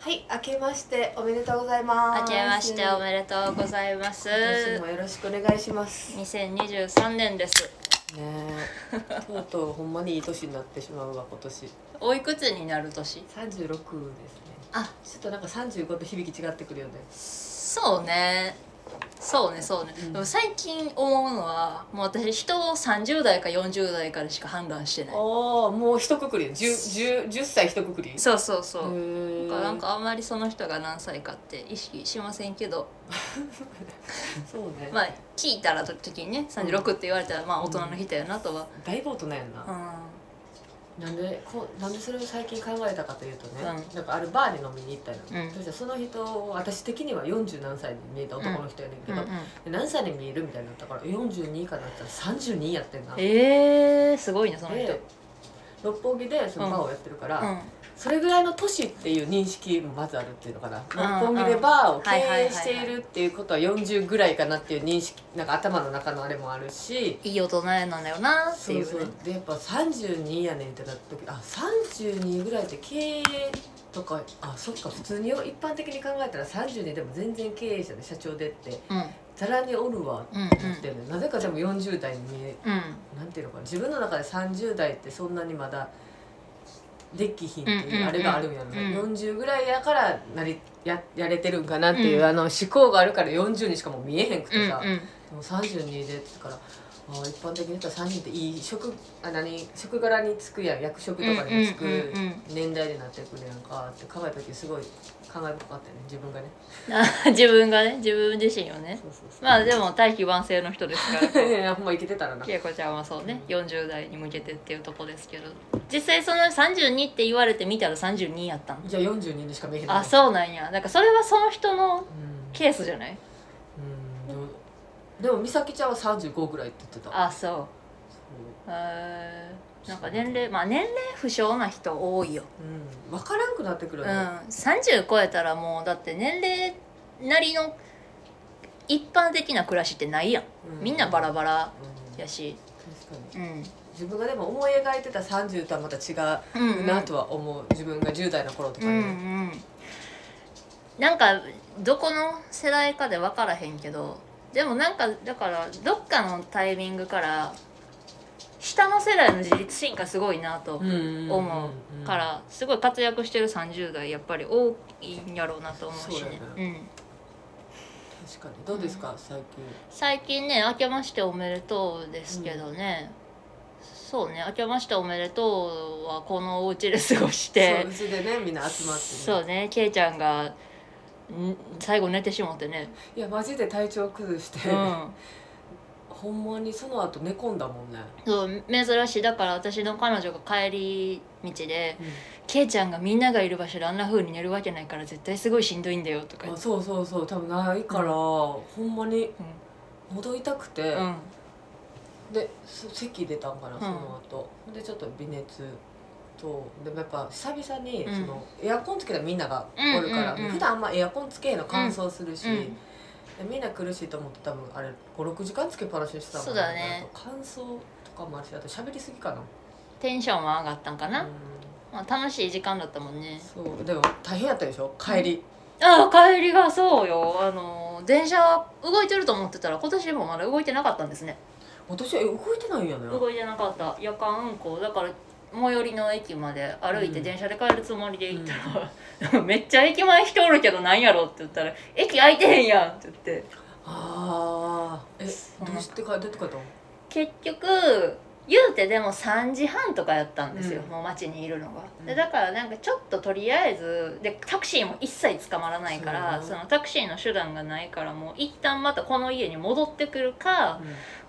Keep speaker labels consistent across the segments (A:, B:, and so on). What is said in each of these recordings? A: はい、明けましておめでとうございます。
B: 明けましておめでとうございます
A: 今年もよろしくお願いします。ね
B: 2023年です
A: え、 とうとうほんまにいい年になってしまうわ今年。
B: おいくつになる年
A: 三十六ですね。
B: あ
A: ちょっとなんか三十五と響き違ってくるよね。
B: そうねそうねそうね、
A: うん
B: でも最近思うのはもう私人を30代か40代かでしか判断してない
A: おお、もう一括り、十十十歳一括り。
B: そうそうそう、
A: う
B: だからなんかあんまりその人が何歳かって意識しませんけど
A: そうね、
B: まあ聞いたらと時にね36って言われたらまあ大人の人やなとは、
A: だいぶ大人やんな、
B: う
A: なんでこなんでそれを最近考えたかというとね、
B: う
A: なんかあるバーに飲みに行ったの、
B: うん
A: そしたらその人を私的には40何歳に見えた男の人やねんけ
B: ん
A: ど、
B: うんうん
A: で何歳で見えるみたいになったから42かなって言ったら32やってんなで
B: えー、すごいねその人、
A: 六本木でそのバーをやってるから、
B: うん
A: それぐらいの年っていう認識もまずあるっていうのかな、
B: うん
A: 六本木でバーを経
B: はいはいはい
A: 営
B: はい
A: しているっていうことは40ぐらいかなっていう認識なんか頭の中のあれもあるし
B: いい大人なんだよなって
A: そ
B: いうう
A: そう
B: ね
A: でやっぱ32やねんってなった時あ32ぐらいって経営とかあそっか普通によ一般的に考えたら32でも全然経営者で社長でって
B: うん
A: ざらにおるわって
B: うんうん
A: なってるのよなぜかでも40代に見え
B: うん
A: なんていうのかな自分の中で30代ってそんなにまだできひんって
B: うんうん
A: いううんあれがあるんやろな、
B: うん
A: 40ぐらいやからなりややれてるんかなっていう、
B: うん
A: あの思考があるから40にしかもう見えへんく
B: うん
A: てさ、
B: うん うん
A: でも32でってからあー一般的に言ったら30っていい職あ何職柄につくやん役職とかにもつく
B: うんうんうん
A: 年代になってくるやんかって考えた時すごい考え深かったよね自分がね。
B: あ自分がね自分自身をね
A: そうそうそう
B: ま あでも大器晩成の人ですからこ う
A: いやほんまいけてたらな。
B: 恵子ちゃんはそうね40代に向けてっていうとこですけど実際その32って言われてみたら32やったん
A: じゃあ42にしか見えへんの
B: あそうなんやなんかそれはその人
A: う
B: の
A: ん
B: ケースじゃない
A: うんどうでも美咲ちゃんは35ぐらいって言ってた
B: あそうへーなんか年齢まあ年齢不詳な人多いよ
A: うん分からんくなってく
B: う
A: る
B: ん
A: よね
B: 30超えたらもうだって年齢なりの一般的な暮らしってないやん
A: う
B: みんなバラバラ
A: うん
B: やし
A: 確かに
B: うん
A: 自分がでも思い描いてた30とはまた違
B: うんうん
A: うなとは思う自分が10代の頃とか
B: うんう
A: ね
B: んなんかどこの世代かで分からへんけどでもなんかだからどっかのタイミングから下の世代の自立進化すごいなと
A: うんうん
B: 思うからすごい活躍してる30代やっぱり多いんやろうなと思うしね
A: そう
B: う
A: だ
B: ん、
A: 確かにどうですか最近
B: 最近ね「明けましておめでとう」ですけどね、そうね「明けましておめでとう」はこのお家で過ごして
A: そううちでねみんな集まってね
B: そうねけいちゃんがん最後寝てしまってね、
A: いやマジで体調崩して
B: うん、
A: ほんまにその後寝込んだもんね
B: そう珍しいだから私の彼女が帰り道で「けいちゃんがみんながいる場所であんな風に寝るわけないから絶対すごいしんどいんだよ」とか言
A: あ
B: って
A: そうそうそう多分ないからほんまに
B: う
A: 戻りたくて
B: ん、うん
A: でそ咳出たんかな、
B: ん
A: その後でちょっと微熱とでもやっぱ久々に
B: うん
A: その、エアコンつけたらみんながおるから、
B: うんうんうん
A: 普段あんまエアコンつけへんの乾燥するし、
B: うんうん
A: でみんな苦しいと思って多分あれ56時間つけっぱなしにしてたもん
B: そうだね
A: あと乾燥とかもあるしあと喋りすぎかな
B: テンションは上がったんかな、
A: うん
B: まあ、楽しい時間だったもんね
A: そうでも大変やったでしょ帰り、
B: ああ帰りがそうよあの電車動いてると思ってたら今年もまだ動いてなかったんですね
A: 私え動いてないんやね
B: 動いてなかった夜間運行だから最寄りの駅まで歩い
A: う
B: て
A: ん
B: 電車で帰るつもりで行ったら、 めっちゃ駅前人おるけどなんやろって言ったら「駅空いてへんやん」って言って
A: ああえ
B: う
A: どうして帰って帰ったの
B: 結局言うてでも3時半とかやったんですよ、
A: うん
B: もう街にいるのが、
A: うん
B: でだからなんかちょっととりあえずでタクシーも一切捕まらないから
A: そう
B: そ
A: やな
B: のタクシーの手段がないからもう一旦またこの家に戻ってくるか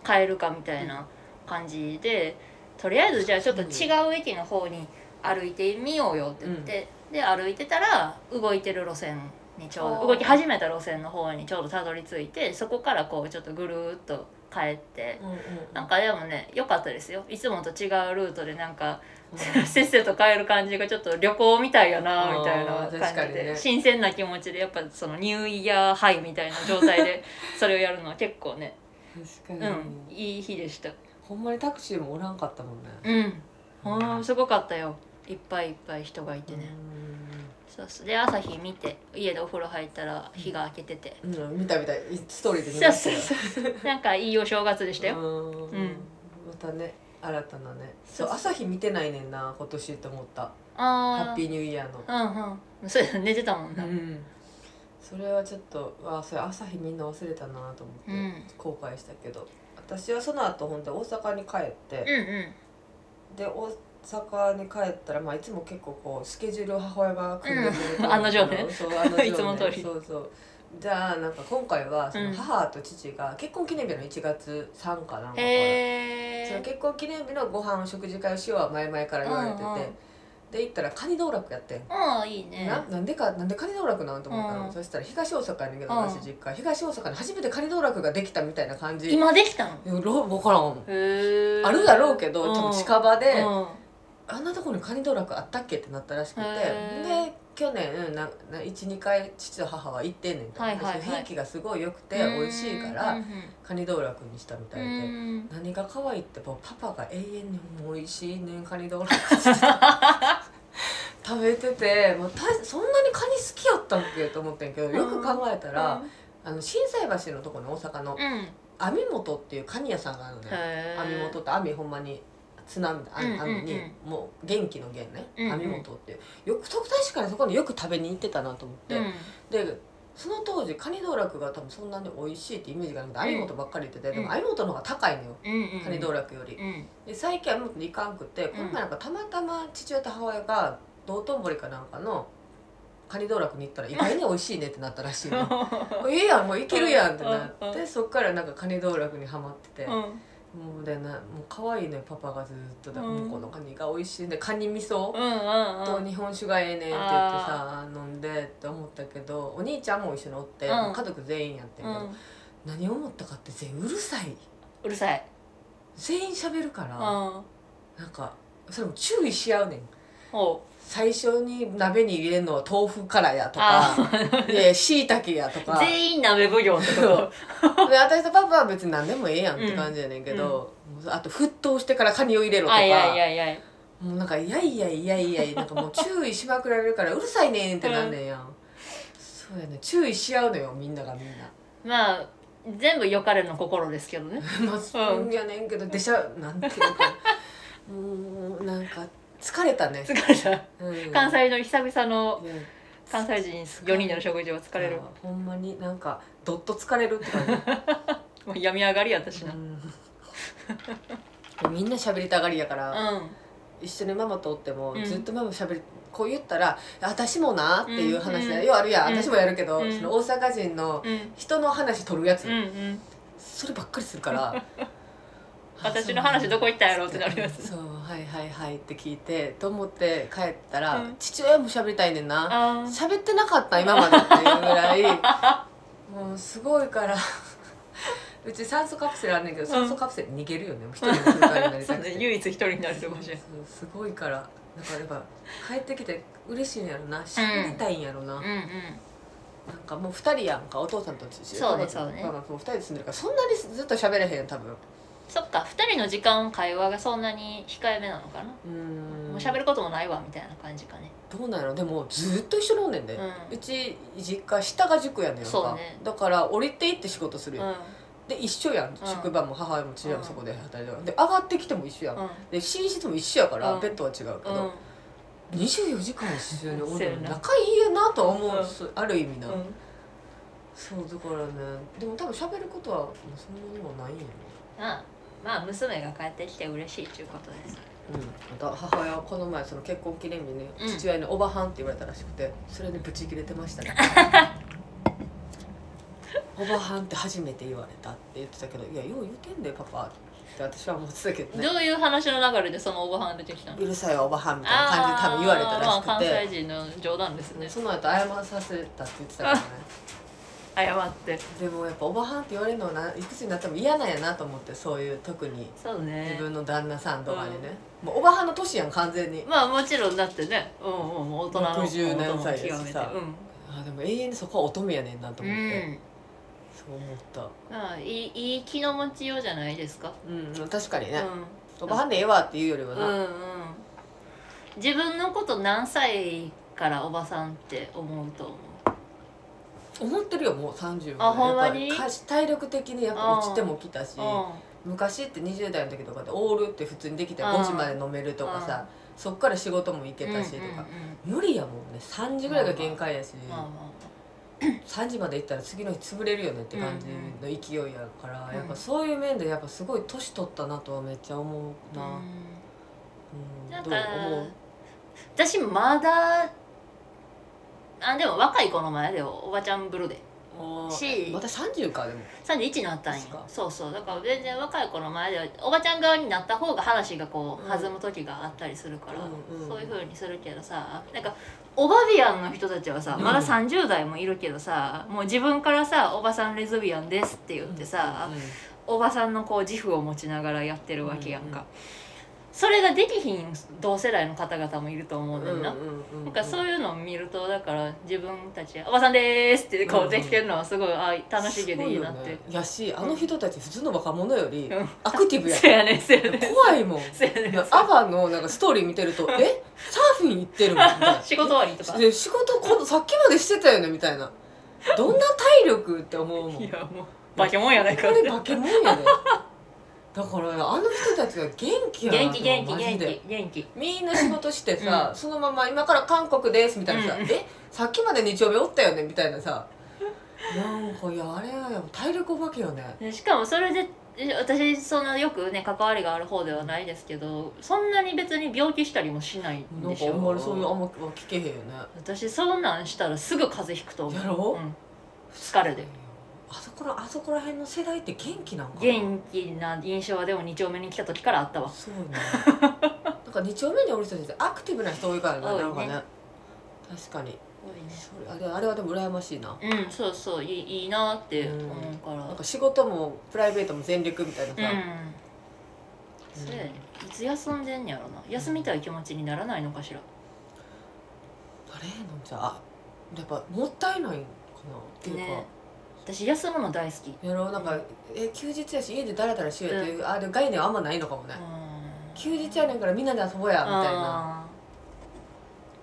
B: 帰るかみたいな感じでとりあえずじゃあちょっと違う駅の方に歩いてみようよって言って、で歩いてたら動いてる路線にちょう
A: あー
B: ど動き始めた路線の方にちょうどたどり着いてそこからこうちょっとぐるーっと帰って。
A: うんうんうん
B: なんかでもね良かったですよいつもと違うルートでなんか、
A: うん
B: せっせと帰る感じがちょっと旅行みたいやなみたいな
A: あー確か
B: 感
A: に
B: じ
A: ね
B: で、新鮮な気持ちでやっぱそのニューイヤーハイみたいな状 態でそれをやるのは結構ね、
A: 確
B: う
A: かに、
B: ん、いい日でした
A: ほんまにタクシーもおらんかったもんね
B: うん、あーすごかったよいっぱいいっぱい人がいてね、
A: う
B: そうそうで朝日見て家でお風呂入ったら日が明けてて、
A: うん、見た見たいストーリーで見
B: そう
A: ました
B: そう
A: よ
B: そう なんかいいお正月でしたよ、
A: うん
B: うん
A: またね新たなねそう
B: そうそう
A: 朝日見てないねんな今年って思ったハ
B: あ
A: ッ
B: ー
A: ピーニューイヤーの
B: うんうんそうや寝てたもんな、
A: うんそれはちょっとあそれ朝日みんな忘れたなと思って、
B: うん
A: 後悔したけど私はその後本当に大阪に帰って、
B: うんうん
A: で大阪に帰ったら、まあ、いつも結構こうスケジュールを母親が組んでくれてる
B: うん 案の定ね
A: そう案の定ね
B: いつも通り
A: そうそうじゃあなんか今回はそ
B: うん
A: の母と父が結婚記念日の1月3かなんかから、その
B: へえ
A: 結婚記念日のご飯食事会をしようは前々から言われてて、
B: うんうん
A: で行ったらカニ道楽やってん
B: ああいいね
A: ななんでかなんでカニ道楽なんと思ったの、
B: うん
A: そしたら東大阪やねんけど
B: うん
A: 私実家、東大阪に初めてカニ道楽ができたみたいな感じ
B: 今できたの
A: いやろ分からん
B: へえ
A: あるだろうけど、
B: うん
A: 多分近場で、
B: うん
A: あんなとこにカニ道楽あったっけってなったらしくて
B: へー
A: で去年なな12回父と母は行ってんねんと、
B: はいはいはい
A: その雰囲気がすごい良くて美味しいから、
B: うん
A: カニ道楽にしたみた
B: う
A: いで。
B: ん
A: 何が可愛いってもうパパが永遠に「美味しいねんカニ道楽」 食べててもうたそんなにカニ好きやったっけと思ってんけどよく考えたら、あの心斎橋のとこに大阪の
B: うんうん
A: 網元っていうカニ屋さんがあるのね
B: へー
A: 網元って網ほんまに綱みたいな
B: うんうんうん
A: 網に、もう元気の元ね、
B: うんうん
A: 網元っていうよくと確かにそこによく食べに行ってたなと思って、
B: うん
A: でその当時カニ道楽が多分そんなに美味しいってイメージがなくて網元ばっかり行ってて、で
B: うん
A: も網元の方が高いのよ
B: うんうん
A: カニ道楽より。
B: うん
A: で最近はもっと行かんくて、
B: ん
A: この前なんかたまたま父親と母親が道頓堀かなんかのカニ道楽に行ったら意外に美味しいねってなったらしい のええやんもう行けるやんってな
B: うん
A: っ
B: うんう
A: てそっからなんかカニ道楽にはまってて、
B: うん
A: もうでなもう可愛いねパパがずっとだ、
B: うん
A: 向こうのカニが美味しいねカニ味噌
B: うんうん
A: と
B: うん
A: 日本酒がええねんって言ってさ飲んでって思ったけどお兄ちゃんも一緒におって、
B: うん
A: もう家族全員やってんけ
B: う
A: ど、
B: ん
A: 何を思ったかって全員うるさいう
B: るさい
A: 全員喋るから、
B: うん
A: なんかそれも注意し合うねん
B: おう
A: 最初に鍋に入れるのは豆腐からやと
B: あ
A: かしいたけやとかで
B: 全員鍋奉行って こと
A: 私とパパは別に何でもええやんって感じやねんけど、もうあと沸騰してからカニを入れろとか
B: あいやいやいやい
A: もうなんかいやいやいやいやいやなんかもう注意しまくられるからうるさいねんってなんねんやん、そうやね注意し合うのよみんながみんな。
B: まあ全部良かれの心ですけどね
A: まあ、そうやねんけどでしゃなんていうかもうなんか疲れたね、
B: 疲れた
A: うん
B: 関西の久々の
A: いや
B: 関西人4人での食事は疲れる
A: あーほんまになんかどっと疲れるって感じ
B: もう病み上がりやったしな
A: うんみんな喋りたがりやから、
B: うん
A: 一緒にママとおっても、
B: うん
A: ずっとママ喋りこう言ったら「私もな」っていう話
B: うんう
A: で、
B: ん
A: ようあるやん、
B: うん
A: 私もやるけど、
B: うん
A: その大阪人の
B: うん
A: 人の話取るやつ、
B: うんうん
A: そればっかりするから
B: 私の話どこ行ったんやろってなるやつ
A: そうはいはいはいって聞いてと思って帰ったら、
B: うん
A: 父親も喋りたいねんな
B: あー
A: 喋ってなかった今までっていうぐらいもうすごいからうち酸素カプセルあんねんけど酸素カプセル逃げるよね、もう一人の空間になり
B: そ
A: た
B: う
A: く
B: ね
A: て
B: 唯一一人になるって
A: そう
B: ことじゃん
A: そうすごいからだからやっぱ帰ってきて嬉しいんやろな喋りたいんやろな、
B: うん
A: なんかもう二人やんかお父さんと父
B: そうね
A: パパと
B: そうね
A: ママともう二人で住んでるからそんなにずっと喋れへん多分
B: そっか2人の時間会話がそんなに控えめなのかな
A: うーん
B: もう喋ることもないわみたいな感じかね
A: どうなんやろでもずっと一緒におんねんで、
B: う
A: うち実家下が塾やねんやん
B: そう
A: か、
B: ね
A: だから降りて行って仕事するやん
B: ん
A: で一緒やん、職場も母親も父親もそこで働いてるで上がってきても一緒やん、
B: うん
A: で寝室も一緒やから、
B: うん
A: ベッドは違うけ
B: うん
A: ど、24時間一緒にお
B: そう
A: る
B: や
A: の
B: な
A: 仲いいやなとは思う、
B: うん
A: そうある意味な、
B: うん
A: そうだからねでも多分喋ることはもうそんなにもないんやね
B: まあまあ娘が帰ってきて嬉しいっていうことです
A: うん、また母親はこの前その結婚記念日ね、
B: うん
A: 父親に「おばはん」って言われたらしくてそれでブチ切れてま したねおばはんって初めて言われたって言ってたけど「いやよう言うてんでパパ」って私は思ってたけどね
B: どういう話の流れでそのおばはん出てきたの
A: うるさいわおばはんみたいな感じで
B: あ
A: 多分言われたらし
B: ーまあ
A: くて
B: 関、西人の冗談ですね
A: その後謝させたって言ってたからね
B: 謝って
A: でもやっぱおばはんって言われるのはないくつになっても嫌なんやなと思ってそういう特に
B: そうね
A: 自分の旦那さんとかにね、もうおばはんの年やん完全に
B: まあもちろんだってねうんうん大人の
A: 60
B: 大人の
A: 何歳やし
B: 極めて
A: さ
B: うん
A: あーでも永遠にそこは乙女やねんなと
B: う
A: 思って、
B: ん
A: そう思った
B: まあいいいい気の持ちようじゃないですか、
A: うん確かにね、
B: う
A: おばはんでええわって言うよりは
B: ん、うん
A: な、
B: うん自分のこと何歳からおばさんって思うと思う
A: 思ってるよもう30
B: あほんまに
A: やっぱりか体力的にやっぱ落ちてもきたし
B: う
A: 昔って20代の時とかでオールって普通にできたら
B: うん
A: 5時まで飲めるとかさそっから仕事も行け
B: ん
A: たしと
B: うんうん
A: か無理やもんね3時ぐらいが限界やし
B: うんまあまあま
A: 3時まで行ったら次の日潰れるよねって感じの勢いやからやっぱそういう面でやっぱすごい年取ったなとはめっちゃ思うな
B: あう
A: うん
B: なん
A: ん
B: か
A: どう思う
B: 私まだあでも若い子の前でおばちゃんぶるで
A: あー
B: し
A: また30かでも
B: 31になったんよ
A: ですか
B: そうそうだから全然若い子の前ではおばちゃん側になった方が話がこ
A: う
B: うん弾む時があったりするから、
A: うんうん
B: そういう風にするけどさなんかオバビアンの人たちはさ
A: うん
B: まだ30代もいるけどさもう自分からさ「おばさんレズビアンです」って言ってさ、
A: うん
B: おばさんのこう自負を持ちながらやってるわけやんか、それができひん同世代の方々もいると思うねんな、
A: うん
B: なんかそう
A: う
B: いうのを見るとだから自分たち「おばさんでーす」ってこうできてるのはすごいあ楽しげでいいなっ
A: すご
B: て
A: よね。やしあの人たち普通の若者より
B: うん
A: アクティブやん
B: せやねんせやねん
A: 怖いもん
B: せやねん
A: アバのなんかストーリー見て ると「えサーフィン行ってるもん」みたいな
B: 仕事終わりとか
A: で仕事こさっきまでしてたよねみたいなどんな体力って思うもん
B: いやもうバケモンやない
A: こ
B: かって
A: れ化け物やでだからあの人たちが元気やな
B: 元気元気
A: マジ
B: 元
A: で
B: 気元気
A: みんな仕事してさ、
B: うん
A: そのまま「今から韓国です」みたいなさ「
B: うん
A: えさっきまで日曜日おったよね」みたいなさなんかいやあれは体力お化けよね
B: でしかもそれでえ私そんなよくね関わりがある方ではないですけどそんなに別に病気したりもしないん
A: なん
B: で
A: か
B: し
A: あ
B: ょ
A: んまりそういうあんま聞けへんよね
B: 私そんなんしたらすぐ風邪ひくと思
A: や
B: う、
A: ろ
B: うん、疲れで
A: あそこらあそこら辺の世代って元気なんかな
B: 元気な印象はでも2丁目に来た時からあったわ
A: そうねなんか2丁目におる人たちってアクティブな人多いからね
B: 多いね
A: なんかね確かにそれあれあれはでも羨ましいな
B: うんそうそういいいいなって思うから
A: なんか仕事もプライベートも全力みたいなさ、
B: うんそうやねいつ休んでんやろな休みたい気持ちにならないのかしら
A: あれなんじゃあやっぱもったいないんかなっていうか、
B: ね私休むの大好き
A: やろうなんかえ休日やし家でダラダラしようやっていう、あでも概念はあんまないのかもね、休日やねんからみんなで遊ぼうやみたいな
B: あ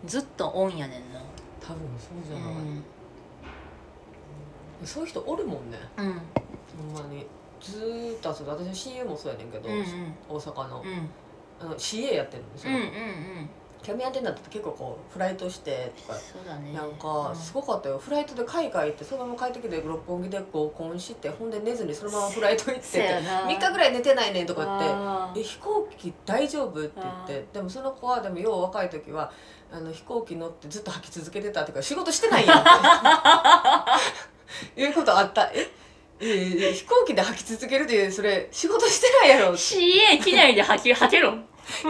B: ーずっとオンやねんな
A: 多分そうじ
B: う
A: ゃない、
B: ん、
A: そういう人おるもんね
B: うん
A: ほんまにずーっと遊ぶ私の親友もそうやねんけど、
B: うんうん
A: 大阪の,、
B: うん
A: あの CA やってるんです
B: う
A: よ、
B: んうんうん
A: キャミアンテナって結構こうフライトしてとか
B: そうだね
A: なんかすごかったよフライトで海外行ってそのまま帰ってきて六本木で合コンしてほんで寝ずにそのままフライト行って
B: せや
A: て
B: な
A: 3日ぐらい寝てないねんと
B: と
A: か言って。え飛行機大丈夫って言ってでもその子はでもよう若い時はあの飛行機乗ってずっと吐き続けてたっていうか仕事してないやんって いうことあったええ飛行機で吐き続けるってそれ仕事してないやろって
B: CA 機内で吐き吐けろ
A: い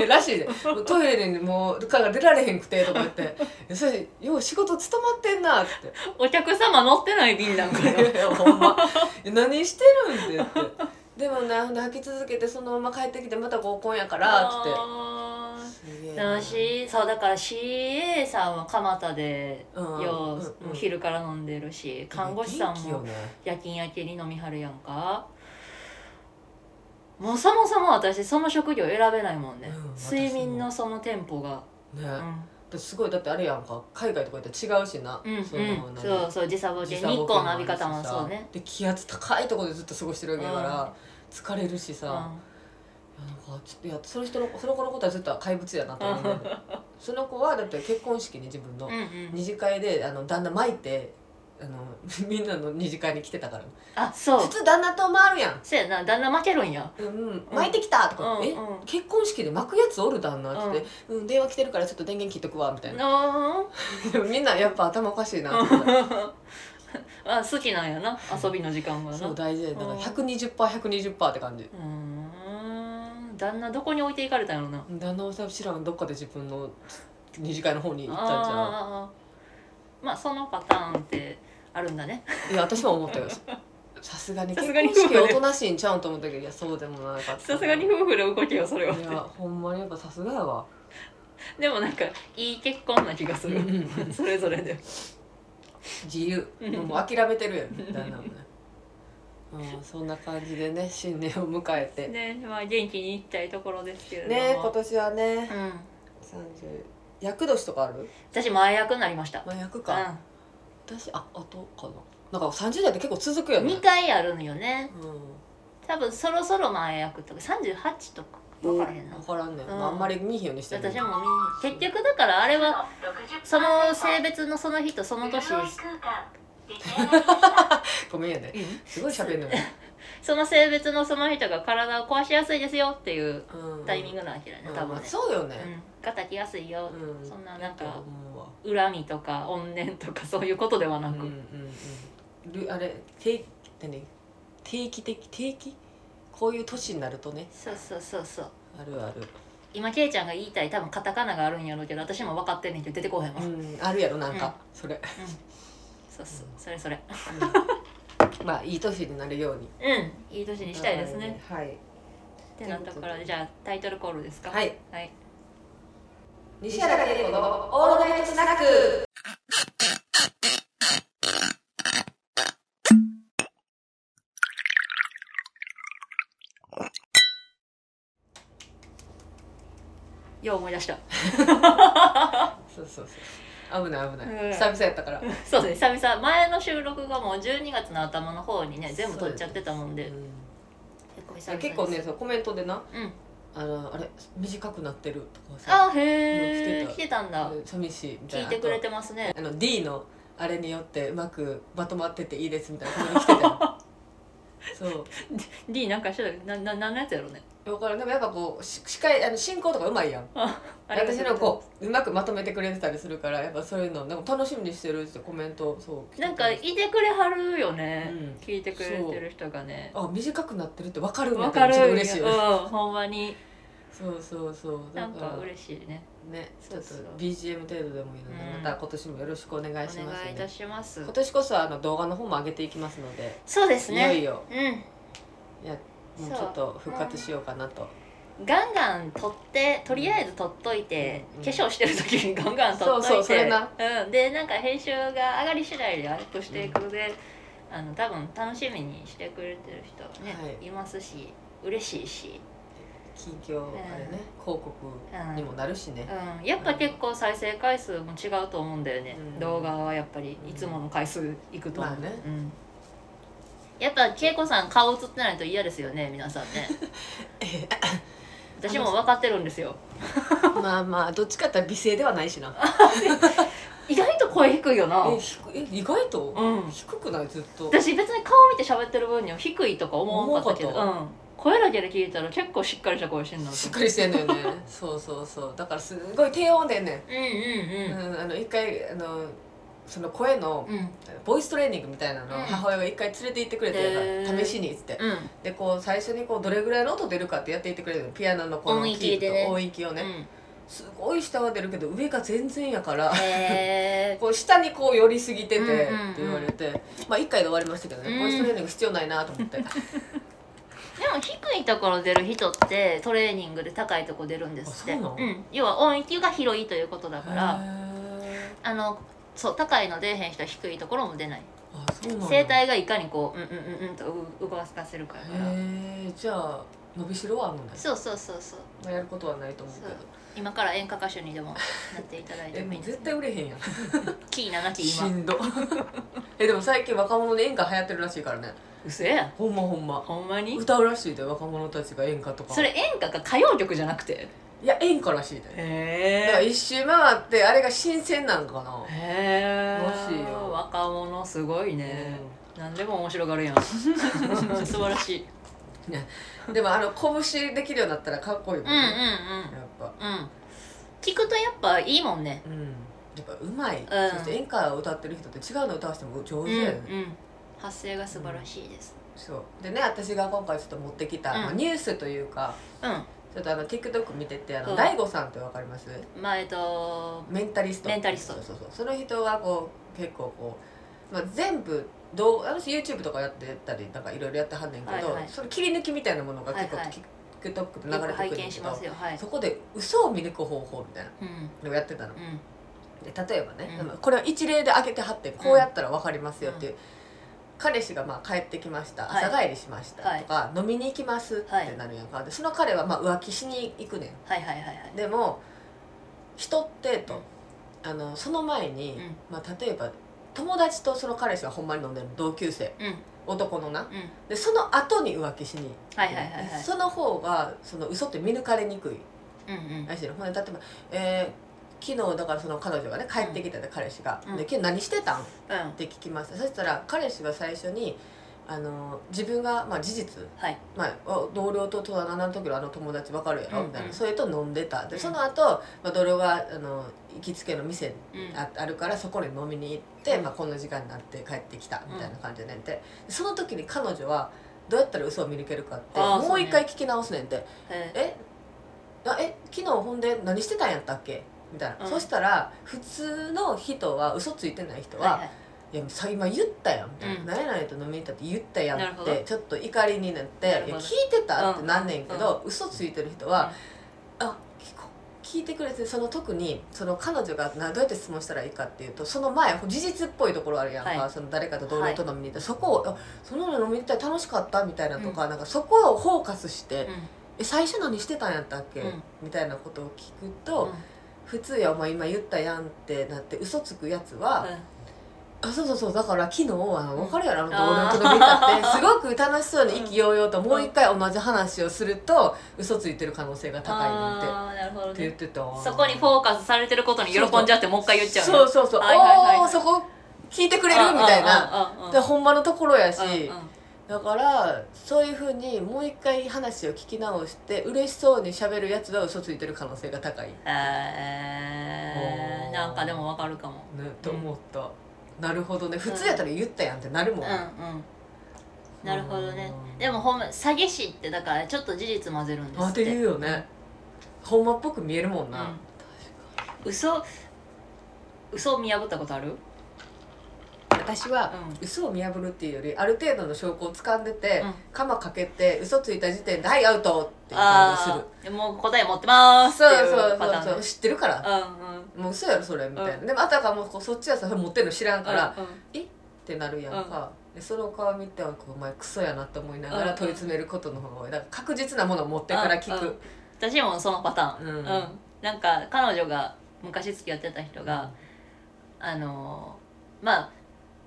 A: やらしいでもうトイレにもうから出られへんくてとか言って「それよう仕事務まってんな」って
B: お客様乗ってない便なんか
A: 「い
B: よ
A: やいやほんまえ何してるん?」って言って「でもなほんで吐き続けてそのまま帰ってきてまた合コンやから」っ
B: あ
A: つ
B: ー
A: って「すげえな」
B: 楽しいそうだから CA さんは蒲田で
A: うん
B: よ
A: うん
B: う昼から飲んでるし看護師さん
A: 元気よ
B: も
A: ね
B: 夜勤明けに飲みはるやんかもうそもそも私その職業選べないもんね、
A: うん
B: 睡眠のそのテンポが、
A: ね
B: うん
A: ですごいだってあれやんか海外とかやったら違うしな、
B: うんうん、
A: そ
B: そ
A: の
B: うそう時差ボケ
A: 時
B: 日
A: 差ボ
B: 光
A: ケ
B: の
A: ある
B: 浴び
A: しさ
B: 方もそうね
A: で気圧高いところでずっと過ごしてるわけだから、疲れるし
B: う
A: さ、
B: ん
A: いやなんかちょっといやその人のその子のことはずっと怪物やなと思うんだよねその子はだって結婚式に自分の
B: うんうん
A: 二次会であの旦那巻いてあの みんなの二次会に来てたから
B: あそう
A: 普通旦那と回るやん
B: そうやな旦那負けるんや
A: うん、うん、巻いてきたとか、
B: うん
A: え
B: うん
A: 結婚式で巻くやつおる旦那って言って、うん電話来てるからちょっと電源切っとくわみたいな
B: の
A: でも みんなやっぱ頭おかしいなって思っ
B: あ好きなんやな遊びの時間が
A: た
B: な
A: そう大事だよだから
B: うん
A: 120%120% って感じ
B: うーん旦那どこに置いていかれたんやろな
A: 旦那は知らんどっかで自分の二次会の方に行ったんじゃん
B: あーまあそのパターンってあるんだね
A: いや私も思ったよさすがに
B: さ
A: 結
B: すがに
A: 婚式おとなしいんちゃうんと思ったけどいやそうでもなかった
B: さすがに
A: い
B: 夫婦で動けよそれは
A: やほんまにやっぱさすがやわ
B: でもなんかいい結婚な気がする
A: うん
B: それぞれで
A: 自由
B: うん
A: もう諦めてるやん旦那もねうんそんな感じでね新年を迎えてね
B: ねまあ元気にいきたいところですけれども
A: 今年はね
B: うん
A: 31役年とかある
B: 私前役になりました、
A: まあ役
B: う
A: か、
B: ん、
A: 私ああとかななんか30代って結構続くよね
B: 2回あるのよね
A: う
B: 多分そろそろ前役とか38とか分からへん
A: ん
B: な
A: 分からんね、
B: うん
A: まあ、あんまり見ひんようにしてる
B: 私も見に結局だからあれはその性別のその人その 年
A: ごめんやねすごい喋るのよ、
B: その性別のその人が体を壊しやすいですよっていう
A: うん、
B: タイミン
A: グ
B: グなわけだよね
A: うん、
B: 多
A: ま
B: 分
A: あ
B: ね、
A: そうよね、
B: うん、がきやすいよ、
A: うん
B: そんななんか
A: だと思うわ
B: 恨みとか怨念とかそういうことではな
A: う
B: く、
A: んうんうんるあれ定何定期的定期こういう年になるとね
B: そうそうそうそう
A: あるある
B: 今けいちゃんが言いたい多分カタカナがあるんやろうけど私も分かってんねんけど出てこへんわ、
A: う
B: うん、
A: んあるやろなんか、
B: うん
A: それ、
B: そうそうそれそれ
A: うんまあいい年になるように
B: うんいい年にしたいですね、
A: はい
B: ってなったからじゃあタイトルコールですか
A: はい
B: はい、
A: 西原恵子のオールナイトスナック
B: よう思い出した
A: そうそうそう危ない危ない、
B: うん
A: 久々やったから
B: そうね久々前の収録がもう12月の頭の方にね全部撮っちゃってたもんで
A: うん
B: 結構久
A: いや
B: 々です
A: 結構ねそうコメントでな
B: うん
A: あのあれ短くなってるとかさ
B: あへえ
A: もう来てた
B: 来てたんだ
A: 寂しいみたい
B: 聞
A: ない
B: てくれてますね
A: あの D のあれによってうまくまとまってていいですみたいなコメント来てた よそう
B: D なんかしてたけどなななんのやつやろうね
A: だからでもやっぱこうし司会あの進行とかうまいやん私のこううまくまとめてくれてたりするからやっぱそういうのなんか楽しみにしてるってコメントそう来て
B: なんかいてくれはるよね、
A: うん
B: 聞いてくれてる人がね
A: あ短くなってるって分かるんだ
B: わ
A: って
B: かる
A: ちょっと嬉しいよね
B: うん、ほんまに
A: そうそうそう
B: な
A: だ
B: ん
A: から
B: か嬉しいね
A: ねち
B: そ
A: ょ
B: う
A: っと
B: そう
A: BGM 程度でもいいので、
B: うん
A: また今年もよろしくお願
B: お
A: いします
B: 願いいた
A: ね
B: します
A: 今年こそあの動画の方も上げていきますので、
B: そうです
A: いよい
B: ね
A: よ
B: う
A: もうち
B: そう
A: ょっと復活しようかなと、
B: んガンガン取ってとりあえず取っといて、
A: うん
B: 化粧してる時にガンガン取っといて
A: そうそうそれな
B: うん、でなんか編集が上がり次第でアップしていくので、あの多分楽しみにしてくれてる人ね、
A: はい
B: い、ますし嬉しいし、
A: 近況あれね、広告
B: うん
A: にもなるしね、
B: うん、やっぱ結構再生回数も違うと思うんだよね、
A: うん
B: 動画はやっぱりいつもの回数いくと思う、
A: まあね
B: うん、やっぱ恵子さん顔映ってないと嫌ですよね皆さん ね私も分かってるんですよ
A: まあまあどっちかって言ったら美声ではないしな
B: 意外と声低いよな
A: えひくえ意外と、
B: うん
A: 低くないずっと
B: 私別に顔見て喋ってる分には低いとか思わなかったけど
A: 思わな
B: うん、声だけで聞いたら結構しっかりした声してんの
A: しっかりしてんのよねそうそうそうだからすごい低音でね、
B: うんうんうん
A: うん、あの一回あのその声の
B: うん
A: ボイストレーニングみたいなのを
B: うん
A: 母親が一回連れて行ってくれて、
B: へ
A: 試
B: ー
A: しにっつって、
B: うん
A: でこう最初にこうどれぐらいの音出るかってやっていってくれるのピアノのこの
B: 音域でね
A: キーと音域を
B: う
A: ね、
B: ん
A: すごい下は出るけど上が全然やから
B: へえ
A: こう下にこう寄りすぎててっ
B: うんうん
A: て
B: うん
A: 言われて、まあ1回で終わりましたけどね、
B: うん
A: ボイストレーニング必要ないなと思ってあ
B: でも低いところ出る人ってトレーニングで高いとこ出るんですっ
A: あ
B: て
A: そうなの
B: ん、要は音域が広いということだからあのそう高いの出えへん人は低いところも出ない
A: あそうなんだ
B: 声帯がいかにこううんうんうんうんと動かせるかやから
A: へえじゃあ伸びしろはあるのね、
B: そうそうそうそう
A: まあ、やることはないと思うけど
B: そう今から演歌歌手にでもなっていただい
A: え
B: てもい
A: も
B: いうです
A: 絶
B: ね
A: 対売れへんやん
B: キー7キ
A: し
B: ー今
A: んど えでも最近若者で演歌流行ってるらしいからね
B: うせや
A: ほんまほんま
B: ほんまに
A: 歌うらしいで若者たちが演歌とか
B: それ演歌か歌謡曲じゃなくて
A: いや演歌らしいでだから
B: へ
A: 一周回ってあれが新鮮なんかな
B: え、へ
A: らしい
B: え
A: よ
B: 若者すごいね、何でも面白がる やん素晴らしい
A: うんでもあの拳できるようになったらかっこいいもん
B: うんうん
A: ね、やっぱ
B: うんうん聞くとやっぱいいもんね
A: うんやっぱうまい、
B: ん
A: そして演歌を歌ってる人って違うの歌わせても上
B: うん
A: 手
B: う
A: やね、
B: ん発声が素晴らしいです
A: そうでね私が今回ちょっと持ってきた、
B: うん
A: まあニュースというか
B: う
A: ちょっとあの TikTok 見ててあ
B: う
A: の
B: ん
A: 大悟、さんってわかります
B: んまあえっと
A: メンタリスト
B: メンタリスト
A: そうそうそうその人がこう結構こう、まあ、全部どうあの人 YouTube とかやってたりなんかいろいろやってはんねんけど、
B: はいはい
A: その切り抜きみたいなものが結構、
B: はいはい
A: TikTok で
B: よ
A: 流れ
B: く
A: てくる
B: 拝
A: んだ
B: 見
A: け
B: し
A: ど
B: ますよはい
A: そこで嘘を見抜く方法みたいな
B: うん
A: のをやってたの
B: うん
A: で例えばね、
B: うん
A: これは一例で挙げてはってこうやったら分かりますよっていう、彼氏がまあ帰ってきました
B: はい
A: 朝帰りしました
B: はい
A: とか、飲みに行きますってなるやんか、でその彼はまあ浮気しに行くねん
B: はいはいはいはい
A: でも人ってと、あのその前に、
B: うん
A: まあ、例えば友達とその彼氏がほんまに飲んでる同級生
B: うんうん
A: 男のなでその後に浮気しに
B: はいはいはいはい
A: その方がその嘘って見抜かれにくい
B: うんうん
A: らしいのほんで例えば、えー昨日だからその彼女がね帰ってきたで彼氏が「
B: うん
A: で昨日何してたん?」っ
B: うん
A: て聞きましたそしたら彼氏は最初にあの自分が、まあ、事実、
B: はい
A: まあ、お同僚と隣の時のあの友達わかるやろ
B: うんうん
A: みたいな、それと飲んでたで
B: うん
A: その後、まあ同僚があの行きつけの店
B: うん
A: ああるからそこに飲みに行って、
B: うん
A: まあ、こんな時間になって帰ってきたみたいな感じでねんてその時に彼女はどうやったら嘘を見抜けるかって
B: あー
A: も
B: そう
A: う
B: ね
A: 一回聞き直すねんて
B: へえ
A: えあえ昨日ほんで何してたんやったっけみたいな、
B: うん
A: そしたら普通の人は嘘ついてない人は「
B: はいい
A: やさ今言ったやん」みたいな「
B: うん
A: 何やないと飲みに行ったって言ったやん」
B: なる
A: っ
B: ほ
A: て
B: ど
A: ちょっと怒りになって「い
B: な
A: や
B: るほど
A: 聞いてた?」ってなんねんけど、嘘ついてる人は「あ聞こ聞いてくれてその特にその彼女がなどうやって質問したらいいかっていうとその前事実っぽいところあるやんか、
B: はい
A: その誰かと同僚と飲みに行って、そこをあ「その飲みに行ったら楽しかった」みたいなとか、なんかそこをフォーカスして。
B: うん
A: え最初何してたんやったっけ、
B: うん
A: みたいなことを聞くと、
B: うん
A: 普通やお前今言ったやんってなって嘘つくやつ
B: う
A: は、
B: ん
A: あそうそうそうだから昨日は
B: うん
A: 分かるやろ、あの同僚と飲みたってすごく楽しそうに意気揚々ともう一回同じ話をすると嘘ついてる可能性が高いなんて
B: あーなるほど
A: って言っ
B: ね
A: てた
B: そこにフォーカスされてることに喜んじゃってもう一回言っちゃう
A: そうそうそう、
B: はいはいはい
A: おおーそこ聞いてくれるみたいな
B: な
A: でほんまのところやし、
B: う
A: だからそういうふうにもう一回話を聞き直して嬉しそうに喋るやつは嘘ついてる可能性が高い
B: んえ
A: おー
B: ーなんかでもわかるかも
A: ね、と思った、なるほどね普通やったら言ったやんってなる
B: う
A: も
B: ん
A: ん、
B: うんなるほどね
A: うん
B: でもほんま詐欺師ってだからちょっと事実混ぜるんです
A: あ
B: っ
A: って
B: て
A: 言うよねほんまっぽく見えるもんな、
B: うん嘘嘘を見破ったことある
A: 私は、嘘を見破るっていうよりある程度の証拠を掴んでて、
B: うん
A: 鎌かけて嘘ついた時点で「はいアウト!」っていう感じする
B: ああもう答え持ってますって
A: そう
B: い
A: そう
B: うパタ
A: そ
B: ー
A: う
B: ン
A: そう知ってるから、
B: うんうん
A: もう嘘やろそれみたいな、
B: う
A: でもあたかもこうそっちはさそれ持ってるの知らんから、
B: うんうん
A: ってなるやんか、でその顔見てはこうお前クソやなと思いなが
B: うんう
A: ら
B: ん
A: 問い詰めることの方が多いだから確実なものを持ってから聞
B: うんうん
A: く、
B: 私もそのパターン
A: うん
B: うん、なんか彼女が昔付き合ってた人が、あのーまあ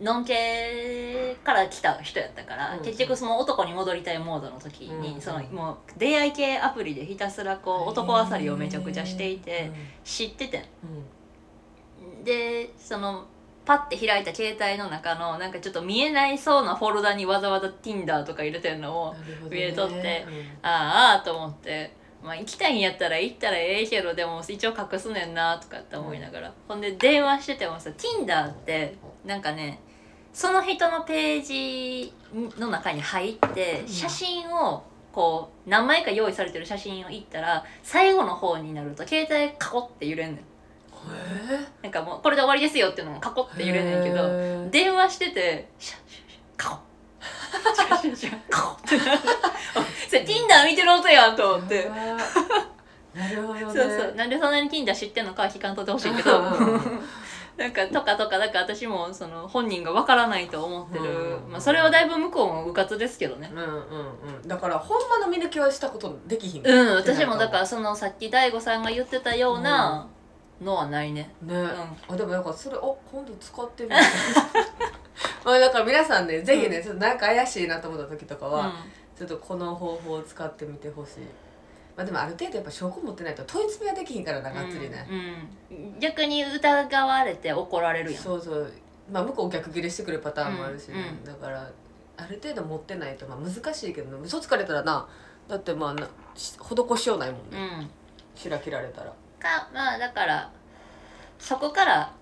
B: のんけから来た人やったから、
A: うん
B: 結局その男に戻りたいモードの時に、
A: うん
B: そのもう出会い系アプリでひたすらこう男あさりをめちゃくちゃしていて、知ってて
A: うんうん
B: んでそのパッて開いた携帯の中のなんかちょっと見えないそうなフォルダにわざわざ Tinder とか入れてんのを
A: なるほどね
B: 見えとって
A: うん
B: あーあーと思って、まあ、行きたいんやったら行ったらええけどでも一応隠すねんなとかって思いながら、ほんで電話しててもさ Tinder ってなんかねその人のページの中に入って
A: うん
B: 写真をこう何枚か用意されてる写真を行ったら最後の方になると携帯カコって揺れんねん
A: へ
B: なんかもうこれで終わりですよっていうのがカコって
A: え
B: 揺れんねんけど
A: ど
B: 電話しててシャッシャッシャッカコシ ャッシャッシャッカコってなるそれ Tinder 見てる音やんと思って。
A: なるほどね
B: そうそうなんでそんなに Tinder 知ってんのかは聞かんとってほしいけど なんかとかとかだから私もその本人がわからないと思ってる、
A: うん
B: まあ、それはだいぶ向こうも迂闊ですけどね
A: うんうんうんだからほんまの見抜きはしたことできひんね
B: うん私もだからそのさっき大悟さんが言ってたようなのはないね
A: あでもなんかそれあ今度使ってみる まあだから皆さんねぜひねちょっとなんか怪しいなと思った時とか
B: うん、
A: はちょっとこの方法を使ってみてほしいまあでもある程度やっぱ証拠持ってないと問い詰めはできひんからながっつりね
B: うんうん逆に疑われて怒られるやん
A: そうそうまあ向こう逆ギレしてくるパターンもあるしね、
B: うんうん
A: だからある程度持ってないとまあ難しいけどね嘘つかれたらなだってまあなし施しようないもん
B: う
A: ね、
B: ん
A: しら切られたら
B: かまあだからそこから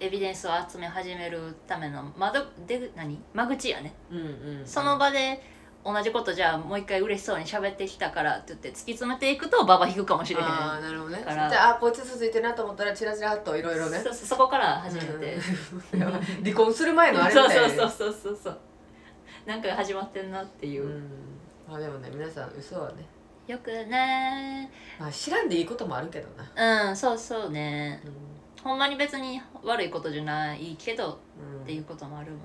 B: エビデンスを集め始めるための窓で何間口やね
A: うんうん
B: その場で同じことじゃあもう一回嬉しそうに喋ってきたからって言って突き詰めていくとババ引くかもしれへん
A: ああなるほどね
B: だ
A: じ
B: から
A: ゃああこいつ続いてるなと思ったらチラチラっといろいろね
B: そそそこから始めて、
A: うん離婚する前のあれみ
B: そう
A: たい
B: そ
A: な
B: うそうそうそうそうなんか始まってんなっていう、
A: うんまあでもね皆さん嘘はね
B: よくね
A: まあ知らんでいいこともあるけどな
B: うんそうそうね
A: うん
B: ほんまに別に悪いことじゃないけど
A: うん
B: っていうこともあるもんね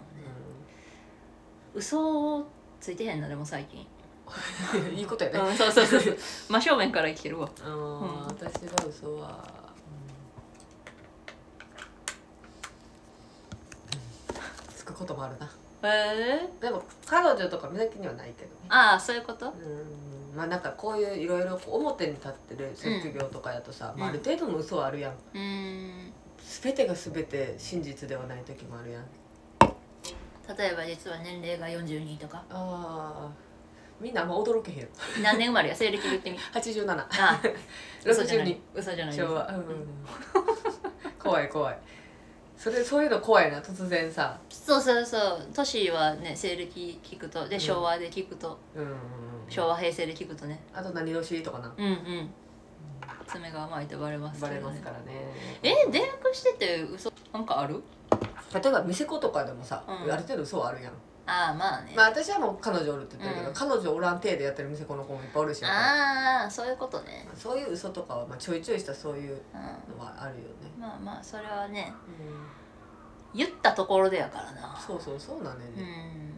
A: う
B: 嘘をついてへんなでも最近、
A: ん いいことやね
B: うん、そうそうそうそう真正面からいけるわ
A: あー
B: うん
A: 私は嘘は、うんこともあるな
B: え
A: でも彼女とか目的にはないけどね
B: ああそういうこと
A: うんまあなんかこういういろいろ表に立ってる職業とかやとさ、
B: うん
A: まあ、ある程度の嘘はあるやん
B: うーん
A: 全てが全て真実ではない時もあるやん
B: 例えば実は年齢が42とか
A: あーみんなあんま驚けへん
B: 何年生まれや西暦で 言ってみ
A: 87
B: ああ嘘じゃない
A: 62
B: 嘘じゃない
A: 昭和、うんうんうん、 怖い怖いそれそういうの怖いな突然さ
B: そうそうそう年はね西暦聞くと
A: う
B: で
A: ん
B: 昭和で聞くと、
A: うんうんうん
B: 昭和平成で聞くとね
A: あと何年とかな
B: うんうん爪が甘いとバレます
A: バ
B: け
A: レ
B: ど
A: ます
B: ね
A: からね
B: え電話してて嘘なんかある
A: 例えば店子とかでもさ、
B: うん
A: ある程度そうあるやん
B: ああまあね、
A: まあ私はもう彼女おるって言ってるけど、
B: うん
A: 彼女おらん体でやってる店子の子もいっぱいおるしやっぱり
B: ああそういうことね、
A: そういう嘘とかは、まあ、ちょいちょいしたそういう
B: うん、
A: のはあるよね、
B: まあまあそれはね言ったところでやからな
A: そうそうそうなんだよ
B: う
A: ね、
B: ん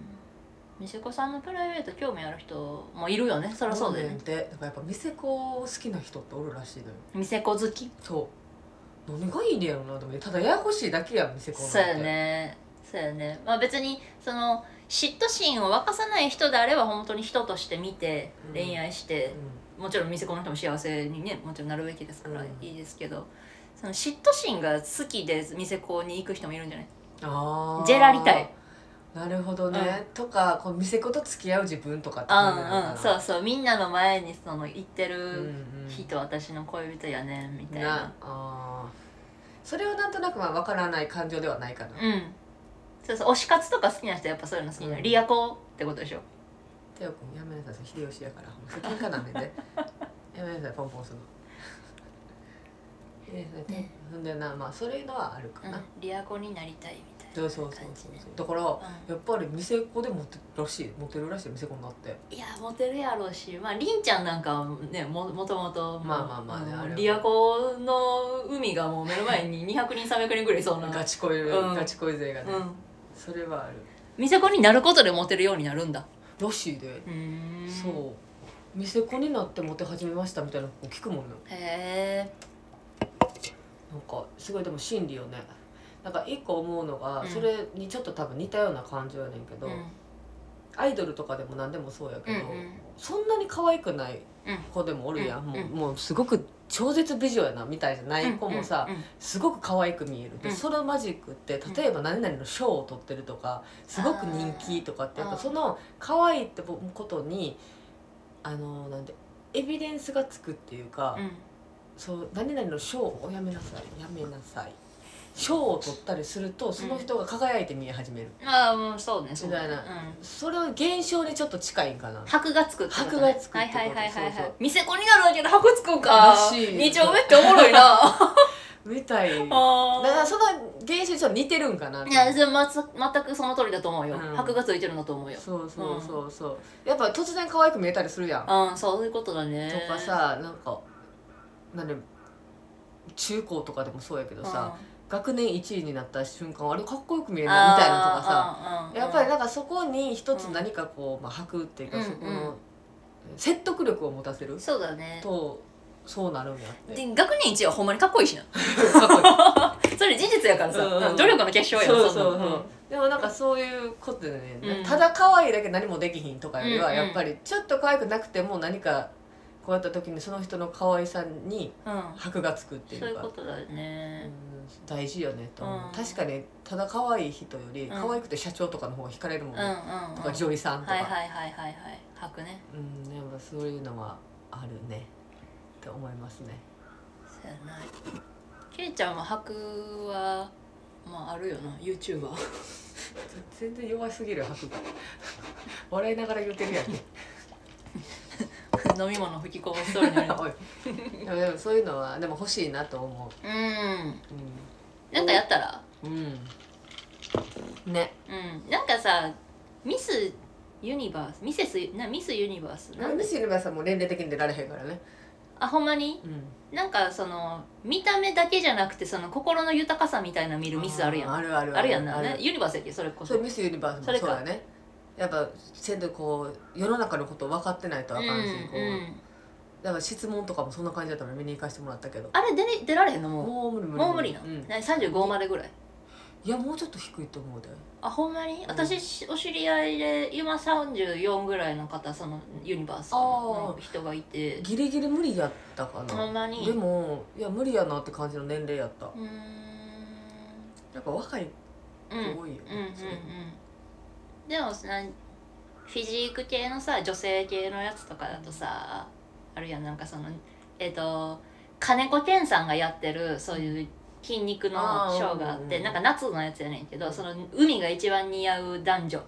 B: 店子さんのプライベート興味ある人もいるよねそりゃそうだよね
A: でだからやっぱ店子好きな人っておるらしいのよ
B: 店子好き
A: そう何がいいねやろなと思ってただややこしいだけやん店子なんて
B: そうやねそうやねまあ別にその嫉妬心を沸かさない人であれば本当に人として見て
A: うん
B: 恋愛し
A: う
B: て、
A: ん
B: もちろん店子の人も幸せにねもちろんなるべきですから
A: うん
B: いいですけど、その嫉妬心が好きで店子に行く人もいるんじゃない
A: あー
B: ジェラリタイ
A: なるほどね、とかこう店子と付き合う自分とかって感じなの
B: うん
A: かな
B: うんそうそうみんなの前にその行って
A: うん
B: る
A: うん
B: 人、私の恋人やねんみたい
A: な
B: な
A: あーそれはなんとなくまあ分からない感情ではないかな、
B: うんそうそう推し活とか好きな人はやっぱそういうの好きなの、
A: うん
B: リアコってことでしょ
A: テオ君やめなさい秀吉やからほんま責任家なんで ねやめなさいポンポンするのやめなさい
B: ね
A: ほんでなまあそういうのはあるかな、
B: うんリアコになりたいみたいな
A: そうそうそう
B: 感じ
A: そう
B: ね
A: だから、
B: ん
A: やっぱり店子でモテるらしいモテるらしい店子になって
B: いやモテるやろうしまありんちゃんなんかはねももともと
A: まあまあまあね
B: もう
A: あれは
B: リアコの海がもう目の前に200人300人ぐらいいそうな
A: ガチ恋、
B: うん
A: ガチ恋勢がね、
B: うん
A: それはある
B: 店子になることでモテるようになるんだ
A: らしいで、
B: うーん
A: そう店子になってモテ始めましたみたいなの聞くもんね
B: へえ
A: なんかすごいでも真理よねなんか一個思うのが、
B: うん
A: それにちょっと多分似たような感情やねんけど、アイドルとかでも何でもそうやけど、そんなに可愛くない子でもおるやん、
B: うん
A: もう
B: うん
A: もうすごく超絶美女やなみたいじゃない子もさ、
B: うんうん
A: すごく可愛く見えるで、
B: うん
A: そのマジックって例えば何々の賞を取ってるとかすごく人気とかってやっ
B: あ
A: ぱ
B: ー
A: その可愛いってことにあのなんでエビデンスがつくっていうか、
B: うん
A: そう何々の賞をやめなさいやめなさい賞を取ったりするとその人が輝いて見え始める、
B: ああもうそうねそうね
A: みたいな
B: うん
A: それは現象にちょっと近いんかな
B: 箔がつくってこと、ね、
A: 箔がつくってこと
B: はいはいはいはい
A: そう
B: は
A: そ
B: いう店子になるだけで箔つくんから
A: しい
B: 二丁目っておもろ いなあ
A: みたいだから
B: あ
A: その現象にちょっと似てるんかなと
B: いやそれまつ全くその通りだと思うよ、
A: うん
B: 箔がついてるんだと思うよ
A: そうそうそうそうやっぱ突然可愛く見えたりするやん
B: うんそういうことだね
A: とかさなんかなんで中高とかでもそうやけどさ、学年1位になった瞬間あれかっこよく見え
B: うん
A: るなみたいなとかさ
B: あーうんうん
A: やっぱりなんかそこに一つ何かこう、まあ、吐くっていうか、
B: うん
A: そこ
B: うん
A: の説得力を持たせる
B: そうだね
A: とそうなるんやって。
B: で学年一はほんまにかっこいいしな それ事実やからさ、
A: うんうん
B: うん努力の結晶
A: そう
B: やな
A: そうそ
B: んなの
A: うでもなんかそういうことでね、
B: うん
A: ただ可愛いだけ何もできひんとかよりは
B: うんうん
A: やっぱりちょっと可愛くなくても何かこうやった時にその人の可愛さに
B: うん
A: 箔がつくっていう
B: そ
A: か
B: ういうことだよ
A: う
B: ね
A: ん、大事よねと思う、
B: うん
A: 確かにただ可愛い人より
B: ん
A: 可愛くて社長とかの方が惹かれるもん
B: うんうん、うん、
A: ね、とか女医さんとか、
B: はいはいはいはいはい箔ね
A: うんやっぱそういうのはあるねって思いますね
B: そうやなけいちゃんは白はまああるよな YouTuber
A: 全然弱すぎる白馬 笑いながら言ってるやん
B: 飲み物吹きこぼしそうになる
A: おいでもでもそういうのはでも欲しいなと思
B: うん
A: う
B: なんかやったら
A: うん、うん、ね
B: うんなんかさミスユニバースミセスなミスユニバースなん
A: ミ
B: で
A: スユニバースはもう年齢的に出られへんからね
B: あほんまに
A: うん
B: なんかその見た目だけじゃなくてその心の豊かさみたいな見るミスあるやん
A: あ
B: あ
A: るある
B: るやんな
A: る
B: ねユニバースやっけそれこ
A: それ
B: そ
A: ミスユニバースもそうだねやっぱ先生こう世の中のこと分かってないとあかんし、こ
B: うんう
A: うんだから質問とかもそんな感じだったから見に行かせてもらったけど
B: あれ出れ出られへんのも
A: もう無理
B: う
A: 無理
B: もう無理な
A: うん、
B: の、三35までぐらい
A: いやもうちょっと低いと思うで
B: あほんまに
A: ん
B: 私しお知り合いで今34ぐらいの方そのユニバースの人がいて
A: ギリギリ無理やったか
B: ほん
A: な
B: まに
A: で
B: う
A: もいや無理やなって感じの年齢やった
B: ーん
A: やっぱ若い
B: う
A: 子
B: んうんうん
A: 多いよ
B: うん
A: ねそれ
B: でもなんフィジーク系のさ女性系のやつとかだとさあるやんなんかそのえっ、と金子健さんがやってるそういう筋肉のショーがあっ
A: あーうんう
B: て
A: ん
B: なんか夏のやつやねんけどその海が一番似合う男女
A: へ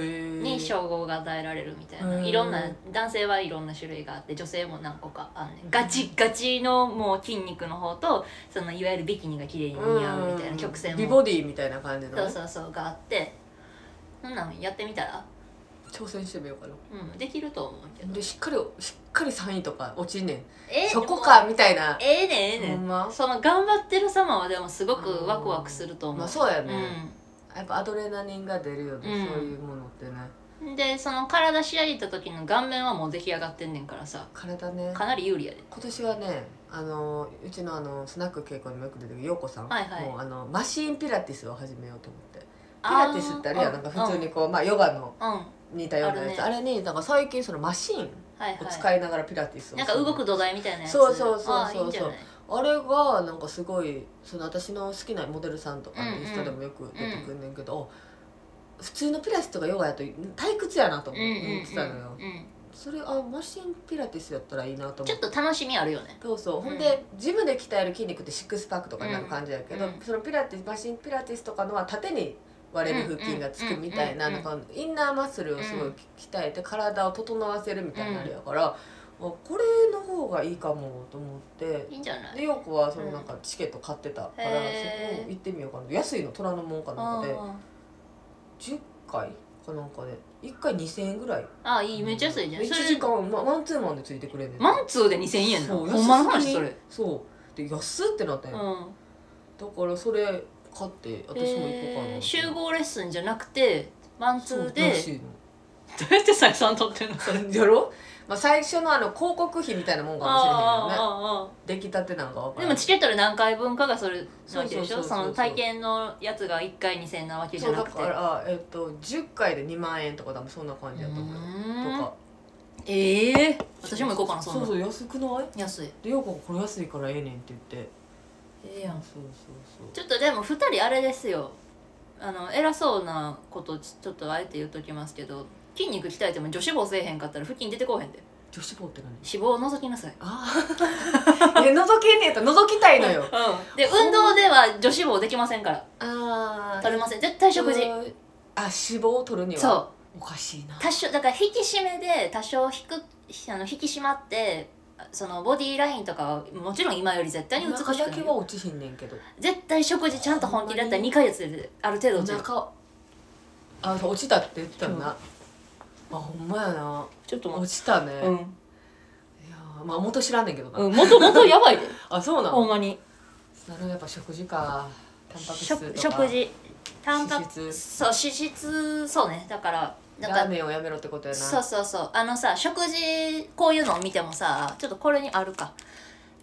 A: え
B: に称号が与えられるみたいな、
A: うん
B: いろんな男性はいろんな種類があって女性も何個かあんねんガチガチのもう筋肉の方とそのいわゆるビキニが綺麗に似合うみたいな曲線
A: 美
B: も
A: ボディみたいな感じのね
B: そうそうそうがあってそんなんやってみたら、
A: 挑戦してみようかな
B: うん、できると思うけど
A: でしっかりしっかり3位とか落ちんね
B: え
A: ん
B: ー
A: そこかみたいな
B: でもええねんええね
A: ほ
B: ん
A: んま
B: その頑張ってる様はでもすごくワクワクすると思う、
A: まあそうやね、
B: うん
A: やっぱアドレナリンが出るよね、
B: うん
A: そういうものってね
B: でその体仕上げた時の顔面はもう出来上がってんねんからさ
A: 体ね
B: かなり有利やで
A: 今年はねあのうちのあのスナック稽古にもよく出てくる陽子さん、
B: はいはい
A: もうあのマシンピラティスを始めようと思ってピラティスってあるやんなんか普通にこう、まあ、ヨガの
B: うん、うんはい
A: 似たようなやつあ,、
B: あ
A: れになんか最近そのマシン
B: はい
A: を使いながらピラティスを
B: なんか動く土台みたいなやつ
A: そうそうそうそう
B: ああいいんじゃない
A: あれがなんかすごいその私の好きなモデルさんとかっていう人でもよく出てくんねんけど、普通のピラティスとかヨガやと退屈やなと思
B: うんうんうん
A: ってたのよ、
B: うん
A: それあマシンピラティスやったらいいなと
B: ち
A: 思
B: ょ
A: っ
B: ってと楽しみあるよね
A: そうそうほん
B: う
A: でジムで鍛える筋肉ってシックスパックとかになる感じやけど、
B: うん
A: そのピラティスマシンピラティスとかのは縦に割れる腹筋がつくみたいな,、
B: うんうん
A: なんかインナーマッスルをすごい鍛えて体を整わせるみたいになのやから、あこれの方がいいかもと思って
B: いいんじゃない
A: で陽子はそのなんかチケット買ってたから、
B: へ
A: そ
B: ー
A: こ行ってみようかな安いの虎ノ門かなんかで
B: あ
A: 10回かなんかで1回2000円ぐらい
B: あああいいめっちゃ安いじゃん
A: 1
B: それ
A: 時間まマンツーマンでついてくれんねん
B: マンツーで2000円やな
A: そう
B: ほんまの
A: 安す
B: 話
A: ぎ
B: それ
A: そうで安ってなったん
B: う
A: や、
B: ん
A: ん、だからそれ買って私も行こうかな、
B: えー集合レッスンじゃなくてマンツ
A: そう
B: ーで
A: らしい
B: どうやって採算取ってん のそれ
A: のやろ、まあ、最初のあの広告費みたいなもんかもしれへんけどね
B: あああ
A: 出来たてなんかわ
B: あ
A: から
B: で
A: ん
B: もチケットで何回分かがそれなわけでし
A: そ
B: ょ
A: うそうそうそう
B: その体験のやつが1回2000円なわけじ
A: そう
B: ゃ
A: だ
B: なくて
A: から、えっと10回で2万円とか多分そんな感じやと思うよと
B: うーん
A: か
B: ええ私も行こうかなそん
A: そ
B: な
A: うそう安くない
B: 安い
A: で陽子がこれ安いからええねんって言って
B: ええやん
A: そうそう
B: ちょっとでも2人あれですよあの偉そうなことちちょっとあえて言っときますけど筋肉鍛えても女子脂肪せえへんかったら腹筋出てこうへんで
A: 女子棒って何
B: 脂肪を除きなさい
A: ああ いや覗けんねやったら覗きたいのよ
B: うんで運動では女子脂肪できませんから
A: あ
B: 取れません絶対食事
A: あ脂肪を取るには
B: そう
A: おかしいな
B: 多少だから引き締めで多少引くひあの引き締まってそのボディラインとかはもちろん今より絶対に美しく
A: お腹だ
B: な
A: け
B: る
A: は落ちひんねんけど
B: 絶対食事ちゃんと本気でやったら2ヶ月である程度
A: お
B: 落ちる
A: 腹あそう落ちたって言ってたな、あほんまやな
B: ちょっと
A: 落ちたね、
B: う
A: い
B: ん、
A: やーまあ元知らんねんけどな、
B: うん、もともとやばいで
A: あそうな
B: ほん
A: の
B: まに
A: なるほどやっぱ食事かタンパク質とか
B: 食食事タンパク
A: 脂質
B: そう脂質そうねだからな
A: ラ
B: ん
A: ー
B: か
A: メンをやめろってことやな
B: そうそうそうあのさ食事こういうのを見てもさちょっとこれにあるか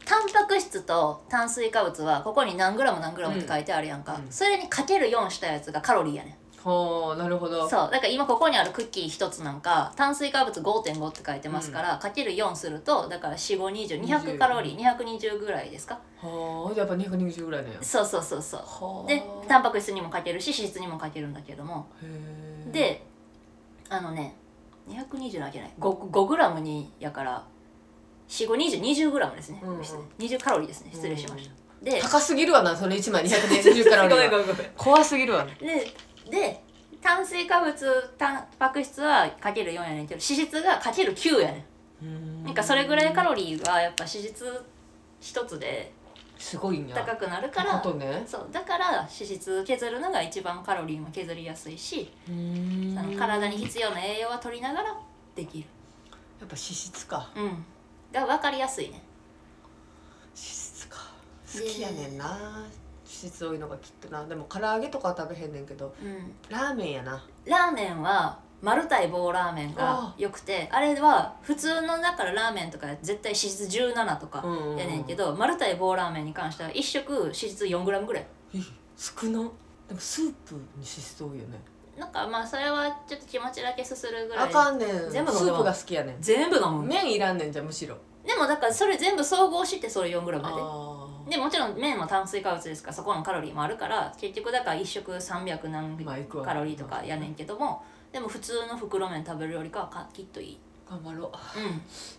B: タンパク質と炭水化物はここに何グラム何グラムって書いてあるやんか、
A: うん
B: それにかける4したやつがカロリーやねん
A: ほうなるほど
B: そうだから今ここにあるクッキー1つなんか炭水化物5.5って書いてますから、かける4するとだから452020カロリー220ぐらいですか
A: はあやっぱ220ぐらいだよ
B: そうそうそうそう
A: はあ
B: でタンパク質にもかけるし脂質にもかけるんだけども
A: へー
B: であのね220なわけない5 5グラムにやから4520グラムですね、
A: うんうん
B: 20カロリーですね失礼しました、で
A: 高すぎるわなその1枚220カロリーは
B: ごめんごめん
A: 怖すぎるわね
B: でで炭水化物タンパク質はかける4やねんけど脂質がかける9やねんなんかそれぐらいカロリーはやっぱ脂質一つです
A: ごいんや
B: 高くなるか
A: っ
B: ら
A: てことね
B: そうだから脂質削るのが一番カロリーも削りやすいし
A: うーん
B: あの体に必要な栄養は取りながらできる
A: やっぱ脂質か
B: うんが分かりやすいね
A: 脂質か好きやねんな脂質多いのがきっとなでも唐揚げとかは食べへんねんけど
B: うん
A: ラーメンやな
B: ラーメンは丸対棒ラーメンが良くてあれは普通のだからラーメンとか絶対脂質17とか
A: うんうんうん
B: やねんけど、丸対棒ラーメンに関しては1食脂質 4g ぐらい
A: え少なでもスープにしそうよね
B: なんかまあそれはちょっと気持ちだけすするぐら
A: あ
B: い
A: かんねん
C: 全部飲ん
A: ス
C: でも
A: ープが好きやねん
C: 全部飲む
A: 麺いらんねんじゃんむしろ
B: でもだからそれ全部総合してそれ 4g まで
A: あ
B: でもちろん麺も炭水化物ですからそこのカロリーもあるから結局だから1食300何
A: ーまあいくわ
B: カロリーとかやねんけどもでも普通の袋麺食べるよりかはかきっといい
A: 頑張ろ
B: うん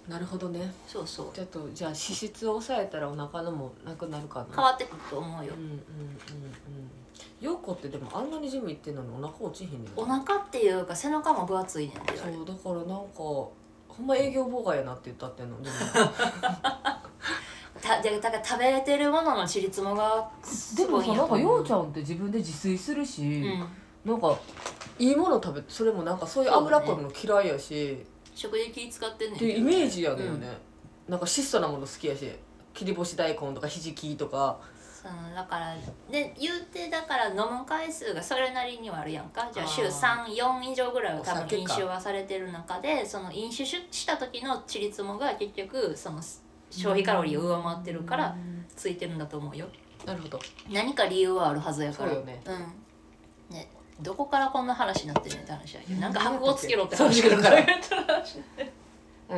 A: うなるほどね
B: そうそう
A: ちょっとじゃあ脂質を抑えたらお腹のもなくなるか
B: 変
A: な
B: わってくると思うよ
A: うんうんうんうん陽子ってでもあんなにジム行ってんのにお腹落ちひんねん
B: お腹っていうか背中も分厚いねんって言われる
A: そうだからなんかほんま営業妨害やなって言ったってんの でも
B: たでだから食べれてるもののちりつもがすごいんやと思う
A: ようちゃんって自分で自炊するし
B: うん
A: なんかいいもの食べそれもなんかそういう脂っこいもの嫌いやし、
B: 食事気使ってんねん
A: っていうイメージやねんよね
B: う、
A: なんか質素なもの好きやし切り干し大根とかひじきとか
B: そのだからで言うてだから飲む回数がそれなりにはあるやんかじゃあ週
A: あー
B: 34以上ぐらいは多
A: お
B: 分
A: 酒
B: 飲
A: か
B: 酒はされてる中でその飲酒しした時のちりつもが結局その消費カロリーを上回ってるからついてるんだと思うよ
A: なるほど
B: 何か理由はあるはずやから
A: そうよね
B: うんねどこからこんな話になってるねんって話やけどなんか
A: 何やったっけ
B: 白をつけろって話
A: そうだからう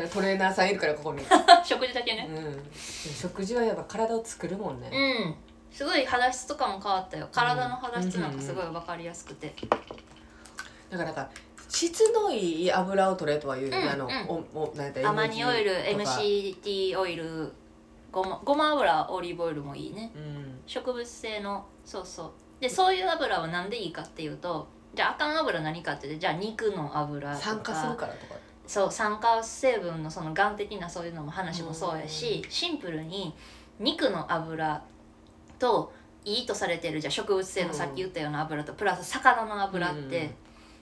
A: んトレーナーさんいるからここに、う
B: 食事だけね
A: ん、食事はやっぱ体を作るもんね、
B: うんすごい肌質とかも変わったよ体の肌質なんかすごい分かりやすくて
A: だからなんか質のいい油を取れとは言うよね、
B: うん
A: あの、
B: うん
A: おおなんやったら
B: アマニオイル
A: MG とか
B: MCT オイルごまごま油オリーブオイルもいいね
A: うん
B: 植物性のそうそうでそういう油は何でいいかっていうとじゃああかん油何かって言ってじゃあ肉の油とか
A: 酸化するからとか
B: そう酸化成分のその癌的なそういうのも話もそうやしシンプルに肉の油といいとされてるじゃあ植物性のさっき言ったような油とプラス魚の油って、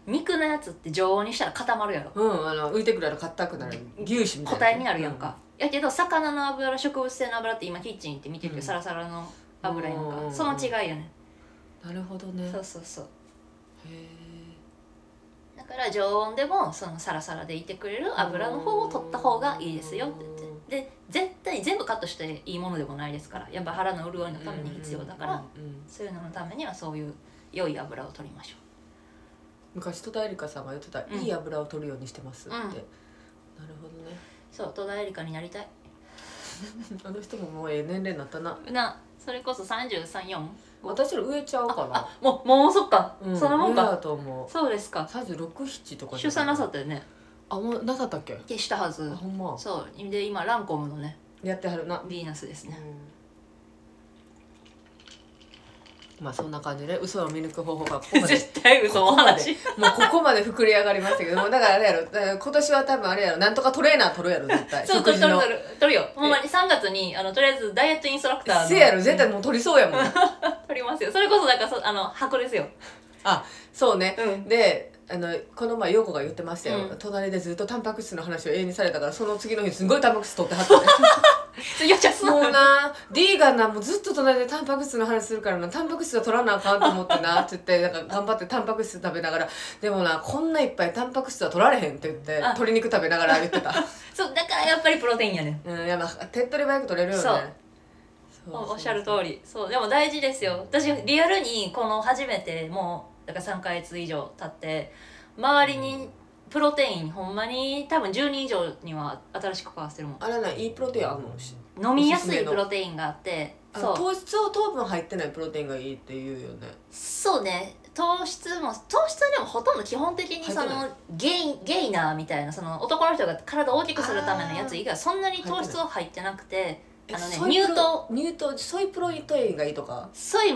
B: 肉のやつって常温にしたら固まるやろ
A: うんあの浮いてくるやろ硬くなる牛脂みたいな
B: 固体になるやんか、やけど魚の油植物性の油って今キッチン行って見てるけど、
A: うん
B: サラサラの油やんか、
A: うん
B: その違いよね、
A: うんなるほどね
B: そうそうそう
A: へえ
B: だから常温でもそのサラサラでいてくれる油の方を取った方がいいですよって言ってで絶対全部カットしていいものでもないですからやっぱ腹の潤いのために必要だから、
A: うんうんうん
B: そういうののためにはそういう良い油を取りましょ
A: 昔戸田恵梨香さんが言ってた、
B: うん
A: いい油を取るようにしてますって、
B: う
A: な
B: ん
A: るほどね
B: うそう戸田恵梨香になりたい
A: あの人ももうええ年齢になったな
B: なそれこそ334
A: 私ら上ちゃうかな
B: あもうもうそっか、
A: うん、
B: そのもん
A: 上
B: か
A: だと思う
B: そうですか
A: 367とかじゃ
B: 出産なさったよね
A: あもうなさったっけ
B: 消したはず
A: あほんま
B: そうで今ランコムのね
A: やってはるな、
B: ヴィーナスですね
A: まあそんな感じで嘘を見抜く方法がここまで
B: 絶対嘘お話
A: もうここまで膨れ上がりましたけどもうだからあれやろだから今年は多分あれやろなんとかトレーナー取るやろ絶対
B: そう取る取る取る取るよ
A: え
B: ほんまに3月にあのとりあえずダイエットインストラクターの
A: せやろ絶対もう取りそうやも ん
B: 取りますよそれこそだからそあの箱ですよ
A: そうね
B: うん
A: であのこの前陽子が言ってましたよ、
B: うん
A: 隣でずっとタンパク質の話を永遠にされたからその次の日すごいタンパク質取ってはったね
B: それよっしゃす
A: もうなディーガンなもうずっと隣でタンパク質の話するからなタンパク質は取らなあかんと思ってなって言ってなんか頑張ってタンパク質食べながらでもなこんないっぱいタンパク質は取られへんって言って
B: あ
A: 鶏肉食べながら言ってた
B: そうだからやっぱりプロテインやねん
A: うんやば手っ取り早く取れるよね
B: そう
A: そうそうそう
B: おおっしゃる通りそうでも大事ですよ私リアルにこの初めてもうだから3ヶ月以上経って周りにプロテインほんまに多分10人以上には新しく買わせてるもん
A: あれないいプロテインあるのし
B: 飲みやす
A: おすすめ
B: い
A: の
B: プロテインがあって
A: あ
B: そ
A: の
B: う
A: 糖質を糖分入ってないプロテインがいいって言うよね
B: そうね糖質も糖質はでもほとんど基本的にそ
A: 入
B: のゲイゲイナーみたいなその男の人が体を大きくするためのやつ以外そんなに糖質は入ってなくて
A: え
B: あのね
A: ソイプロ
B: 乳糖
A: 乳糖ソイプロテインがいいとか
B: ソイ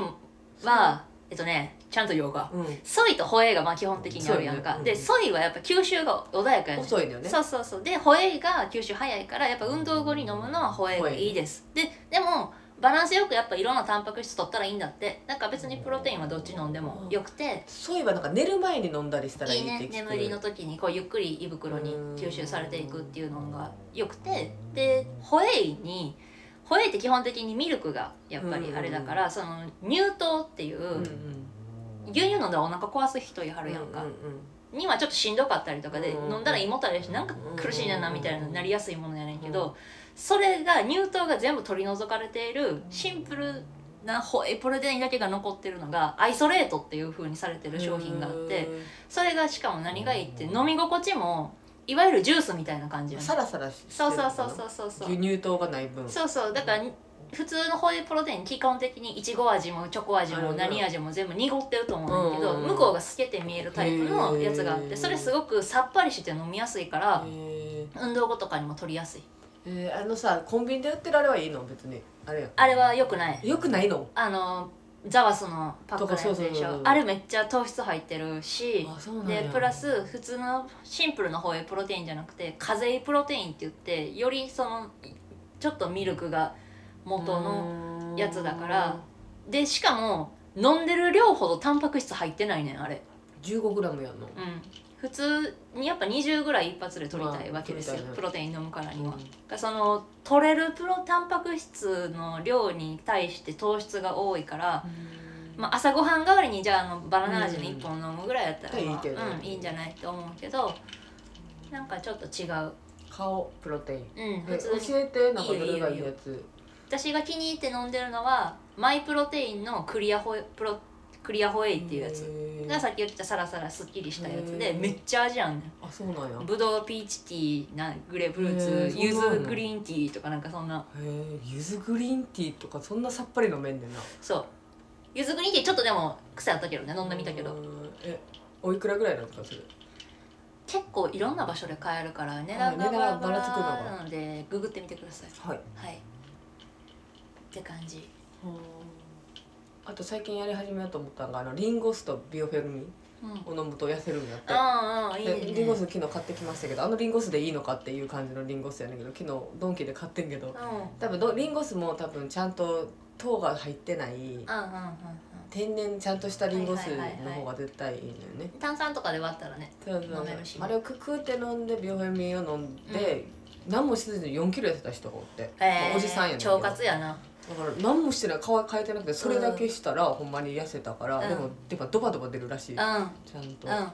B: はえっとねちゃんと言おうか
A: うん
B: ソイとホエイがまあ基本的にあるやんか、
A: そうね
B: でソイはやっぱ吸収が穏やかやねん
A: 遅いのよね
B: そうそうそうでホエイが吸収早いからやっぱ運動後に飲むのはホエイがいいですででもバランスよくやっぱいろんなタンパク質取ったらいいんだってなんか別にプロテインはどっち飲んでもよくて
A: そういえばなんか寝る前に飲んだりしたらい
B: い
A: い
B: い
A: っ
B: ね
A: て聞く
B: 眠りの時にこうゆっくり胃袋に吸収されていくっていうのがよくてでホエイにホエイって基本的にミルクがやっぱりあれだからその乳糖っていう
A: うんうん
B: 牛乳飲んだらお腹壊す人いはるやんか
A: うんうん
B: にはちょっとしんどかったりとかで
A: うん
B: 飲んだら胃もたれやしなんか苦しいなみたいななりやすいものやねんけどそれが乳糖が全部取り除かれているシンプルなホエプロテインだけが残ってるのがアイソレートっていう風にされてる商品があってそれがしかも何がいいって飲み心地もいわゆるジュースみたいな感じ
A: うん
B: よね
A: サラサラして
B: そうそうそう
A: う
B: そうそうそう
A: 牛乳糖がない分
B: そうそうだから普通のホエイプロテイン基本的にいちご味もチョコ味
A: なる
B: も
A: ほど
B: 何味も全部濁ってると思うんだけど、
A: うんうんうん
B: 向こうが透けて見えるタイプのやつがあっ
A: へ
B: て
A: ー
B: それすごくさっぱりして飲みやすいから
A: へ
B: 運動後とかにも取りやすい
A: えーあのさコンビニで売ってるあれはいいの別にあれ
B: あれは良くない
A: よくないの
B: あのザワスのパックのやつ
A: と
B: で
A: かそう
B: し
A: そうそう
B: ょあれめっちゃ糖質入ってるし
A: あそうなんや
B: でプラス普通のシンプルな方へプロテインじゃなくてカゼイプロテインって言ってよりそのちょっとミルクが元の
A: の
B: やつだからでしかも飲んでる量ほどタンパク質入ってないねんあれ
A: 15g やんの
B: うん普通にやっぱ20ぐらい一発で取りたいわけですよ、
A: まあ取りたいね
B: プロテイン飲むからには、
A: うん
B: だからその取れるプロタンパク質の量に対して糖質が多いから、まあ、朝ごはん代わりにじゃああのバナナ味の1本飲むぐらいやったら、
A: うん
B: まあ
A: いいけど
B: うん、いいんじゃないって思うけどなんかちょっと違う
A: 顔プロテイン
B: うん普
A: え
B: 通に
A: 教えてなんかどれがいいやつ
B: 私が気に入って飲んでるのはマイプロテインのクリアホエプロクリアホエイっていうやつ
A: へー
B: がさっき言ってたサラサラすっきりしたやつ
A: へ
B: で
A: ー
B: めっちゃ味あんね
A: あそうなんや
B: んぶどうピーチティーなグレープフル
A: へ
B: ーツ
A: ー
B: ゆ
A: そうなん
B: ず
A: や
B: グリーンティーとかなんかそんな
A: へえゆずグリーンティーとかそんなさっぱり飲めんねんな
B: そうゆずグリーンティーちょっとでも癖あったけどね飲んでみたけ
A: う
B: ど
A: んえおいくらぐらいなんですかそれ
B: 結構いろんな場所で買えるから値段が
A: 値
B: バ
A: 段
B: ラ
A: が
B: バ
A: ばら
B: ラ
A: つくのが
B: なのでググってみてください
A: はい
B: はいって感じ
A: あと最近やり始めようと思ったのがあのリンゴ酢とビオフェルミン
B: うんうん
A: を飲むと痩せるんだって
B: うんいい
A: で
B: ね
A: リンゴ酢昨日買ってきましたけどあのリンゴ酢でいいのかっていう感じのリンゴ酢やねんけど昨日ドンキで買ってんけど
B: うんうんうんうんうん
A: 多分どリンゴ酢も多分ちゃんと糖が入ってない天然ちゃんとしたリンゴ酢の方が絶対いいのよね
B: 炭酸とかで割ったらね
A: そうそう
B: 飲めるし
A: そうあれをくくって飲んでビオフェルミンを飲んで、何もせずに4キロ痩せた人がおって、まあおじさんやねんけど
B: 腸活やな
A: だから何もしてない皮変えてなくてそれだけしたらほんまに痩せたから、
B: うん
A: でもやっぱドバドバ出るらしい、
B: う
A: ちゃ
B: ん
A: んと、あ
B: うん、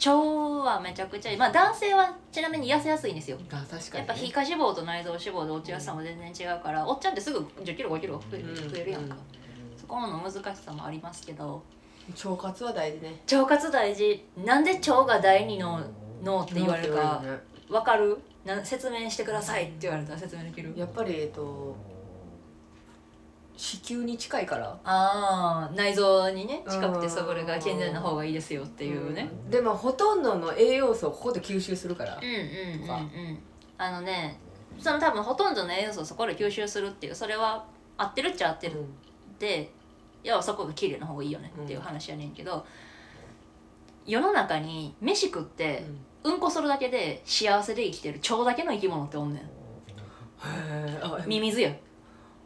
B: 腸はめちゃくちゃいいまあ男性はちなみに痩せやすいんですよ
A: 確かに、ね、
B: やっぱ皮下脂肪と内臓脂肪で落ちやすさも全然違うから、おっちゃんってすぐ1 0キロ5キロ増え
A: うん
B: 増えるやんか、
A: う
B: そこの難しさもありますけど
A: ん腸活は大事ね
B: 腸活大事なんで腸が第二の脳って言われるか
A: ね
B: わかるな説明してくださいって言われたら説明できる
A: やっぱりえっと子宮に近いから
B: ああ内臓にね近くてそれが健全な方がいいですよっていうね、
A: んでもほとんどの栄養素をここで吸収するから、
B: うんうんう
A: と
B: ん
A: か
B: うんあのねその多分ほとんどの栄養素をそこで吸収するっていうそれは合ってるっちゃ合ってるで要はそこが綺麗な方がいいよねっていう話やねんけど、世の中に飯食っ
A: うん
B: てうんこするだけで幸せで生きてる腸だけの生き物っておんねん
A: へーあ
B: ミミズや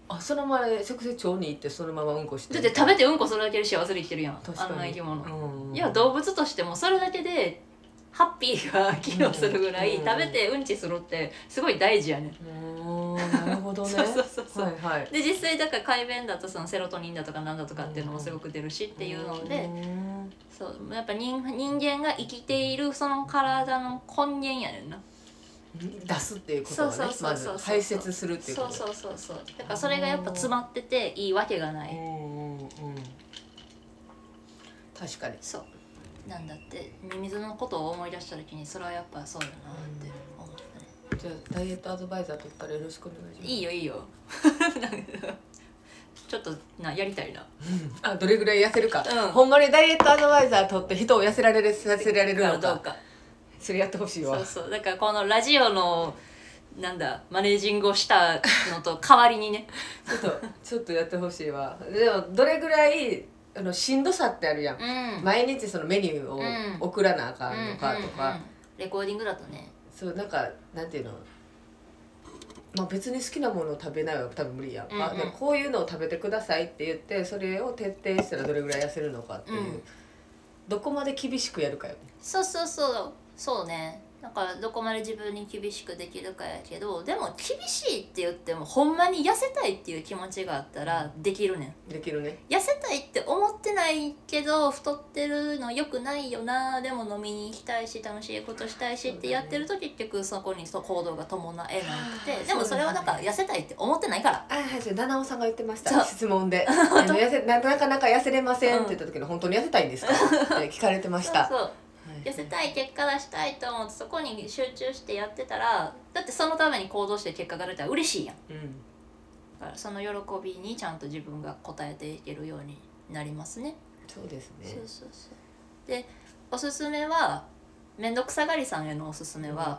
A: あそのまま直接腸に行ってそのままうんこして
B: だって食べてうんこするだけで幸せで生きてるやん
A: 確か
B: あ
A: に
B: んな生き物、
A: うん
B: いや動物としてもそれだけでハッピーが 機能するぐらい
A: うん
B: 食べてうんちするってすごい大事やねん、
A: うんなるほどね
B: そうそうそうそう、
A: はいはい
B: で実際だから改便だとそのセロトニンだとかなんだとかっていうのもすごく出るしっていうので、
A: うん
B: そうやっぱ人人間が生きているその体の根源やねんな
A: 出すっていうこと
B: そ
A: が
B: う
A: ね
B: そう
A: ま
B: そうそう
A: ず排泄するっていうこと
B: そう
A: ね
B: そうそうそうだからそれがやっぱ詰まってていいわけがな
A: う
B: い
A: んうんうん確かに
B: そうなんだってミミズのことを思い出した時にそれはやっぱそうだなって思ったね
A: じゃあダイエットアドバイザーとったらよろしくお願いします
B: いいよいいよ なんかちょっとなやりたいな
A: あどれぐらい痩せるか、
B: うん
A: ほんまにダイエットアドバイザーとって人を痩せられる痩せられる
B: だから
A: の
B: どう
A: か
B: か
A: それやってほしいわ
B: そうそうだからこのラジオのなんだマネージングをしたのと代わりにね
A: ちょっとちょっとやってほしいわでもどれぐらいあのしんどさってあるやん、
B: うん
A: 毎日そのメニュー
B: うん
A: を送らなあかんのかとか、
B: うんうんうんレコーディングだとね
A: そうなんかなんていうのまあ別に好きなものを食べないは多分無理やんか,、
B: うんうん
A: でもこういうのを食べてくださいって言ってそれを徹底したらどれぐらい痩せるのかっていう、
B: うん
A: どこまで厳しくやるかよ
B: そうそうそうそうねだからどこまで自分に厳しくできるかやけどでも厳しいって言ってもほんまに痩せたいっていう気持ちがあったらできるねん
A: できるね
B: 痩せたいって思ってないけど太ってるの良くないよなでも飲みに行きたいし楽しいことしたいしってやってると結局そこにそう行動が伴えなく
A: はあ
B: てでもそれはなんか痩せたいって思ってないから
A: あはいそう七尾さんが言ってまし
B: そ
A: た
B: う
A: 質問 であの痩せな「なかなか痩せれません」って言った時に「本当に痩せたいんですか?」って聞かれてまし
B: そう
A: た
B: そう
A: はい
B: 痩せたい結果出したいと思ってそこに集中してやってたらだってそのために行動して結果が出たら嬉しいやん
A: うん
B: だからその喜びにちゃんと自分が応えていけるようになりますね
A: そうですね
B: そうそうそうでおすすめは面倒くさがりさんへのおすすめは、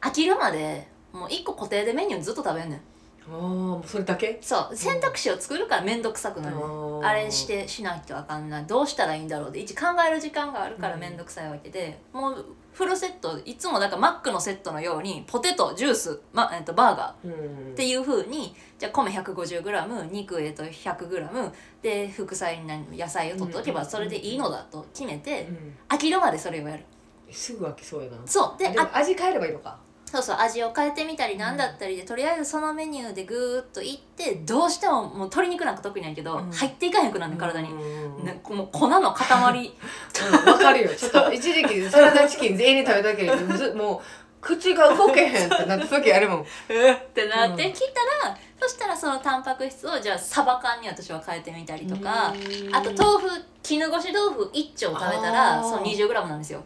B: 飽きるまでもう一個固定でメニューずっと食べんねん
A: ああもうそれだけ
B: そう選択肢を作るから面倒くさくなるねん、あれし、てしないとあかんなどうしたらいいんだろうで一考える時間があるから
A: うん
B: 面倒くさいわけで、もうフルセットいつもなんかマックのセットのようにポテトジュース、まえっと、バーガー
A: あーうん、
B: っていう風にじゃあ米 150g 肉えっと 100g で副菜に何野菜を取っておけば
A: うん
B: それでいいのだと決めて
A: うん
B: 飽きるまでそれをやる
A: すぐ飽きそうやな
B: そうで
A: で
B: あ
A: も味変えればいいのか
B: そうそう味を変えてみたりなんだったりでとりあえずそのメニューでぐーっといってどうしてももう鶏肉なんか特にないけど
A: うん
B: 入っていかへんくなるの体に
A: うんうんうん
B: ね、この粉の 塊
A: うんわかるよちょっと一時 期サラダチキン全員に食べたけどむずもう口が動けへんってなった時あるもん
B: ってなってきたら、そしたらそのタンパク質をじゃあサバ缶に私は変えてみたりとか、あと
A: う
B: 豆腐絹ごし豆腐1丁食べた
A: あ
B: ら
A: ー
B: その 20g なんですよ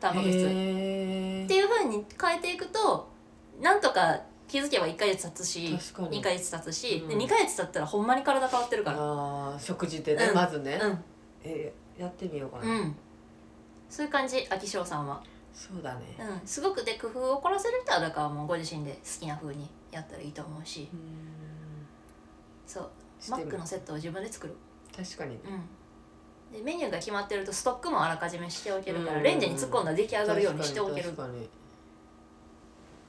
B: タンパク質。っていう風に変えていくとなんとか気づけば1ヶ月経つし
A: 確かに
B: 2ヶ月経つし、
A: うん
B: で2ヶ月経ったらほんまに体変わってるか
A: あー食事でね、
B: うん
A: まずね、
B: らうん
A: えーやってみようか
B: う
A: な、
B: んそういう感じ秋翔さんは、
A: そうだね、
B: うん、すごくで工夫を凝らせる人はだからもうご自身で好きな風にやったらいいと思うし
A: うん
B: そう
A: して
B: マ
A: み
B: ックのセットを自分で作る
A: 確かに
B: うんでメニューが決まってるとストックもあらかじめしておけるか
A: う
B: ら
A: ん
B: レンジに突っ込んだら出来上がるように
A: 確
B: して
A: か
B: お
A: に
B: ける
A: 確かに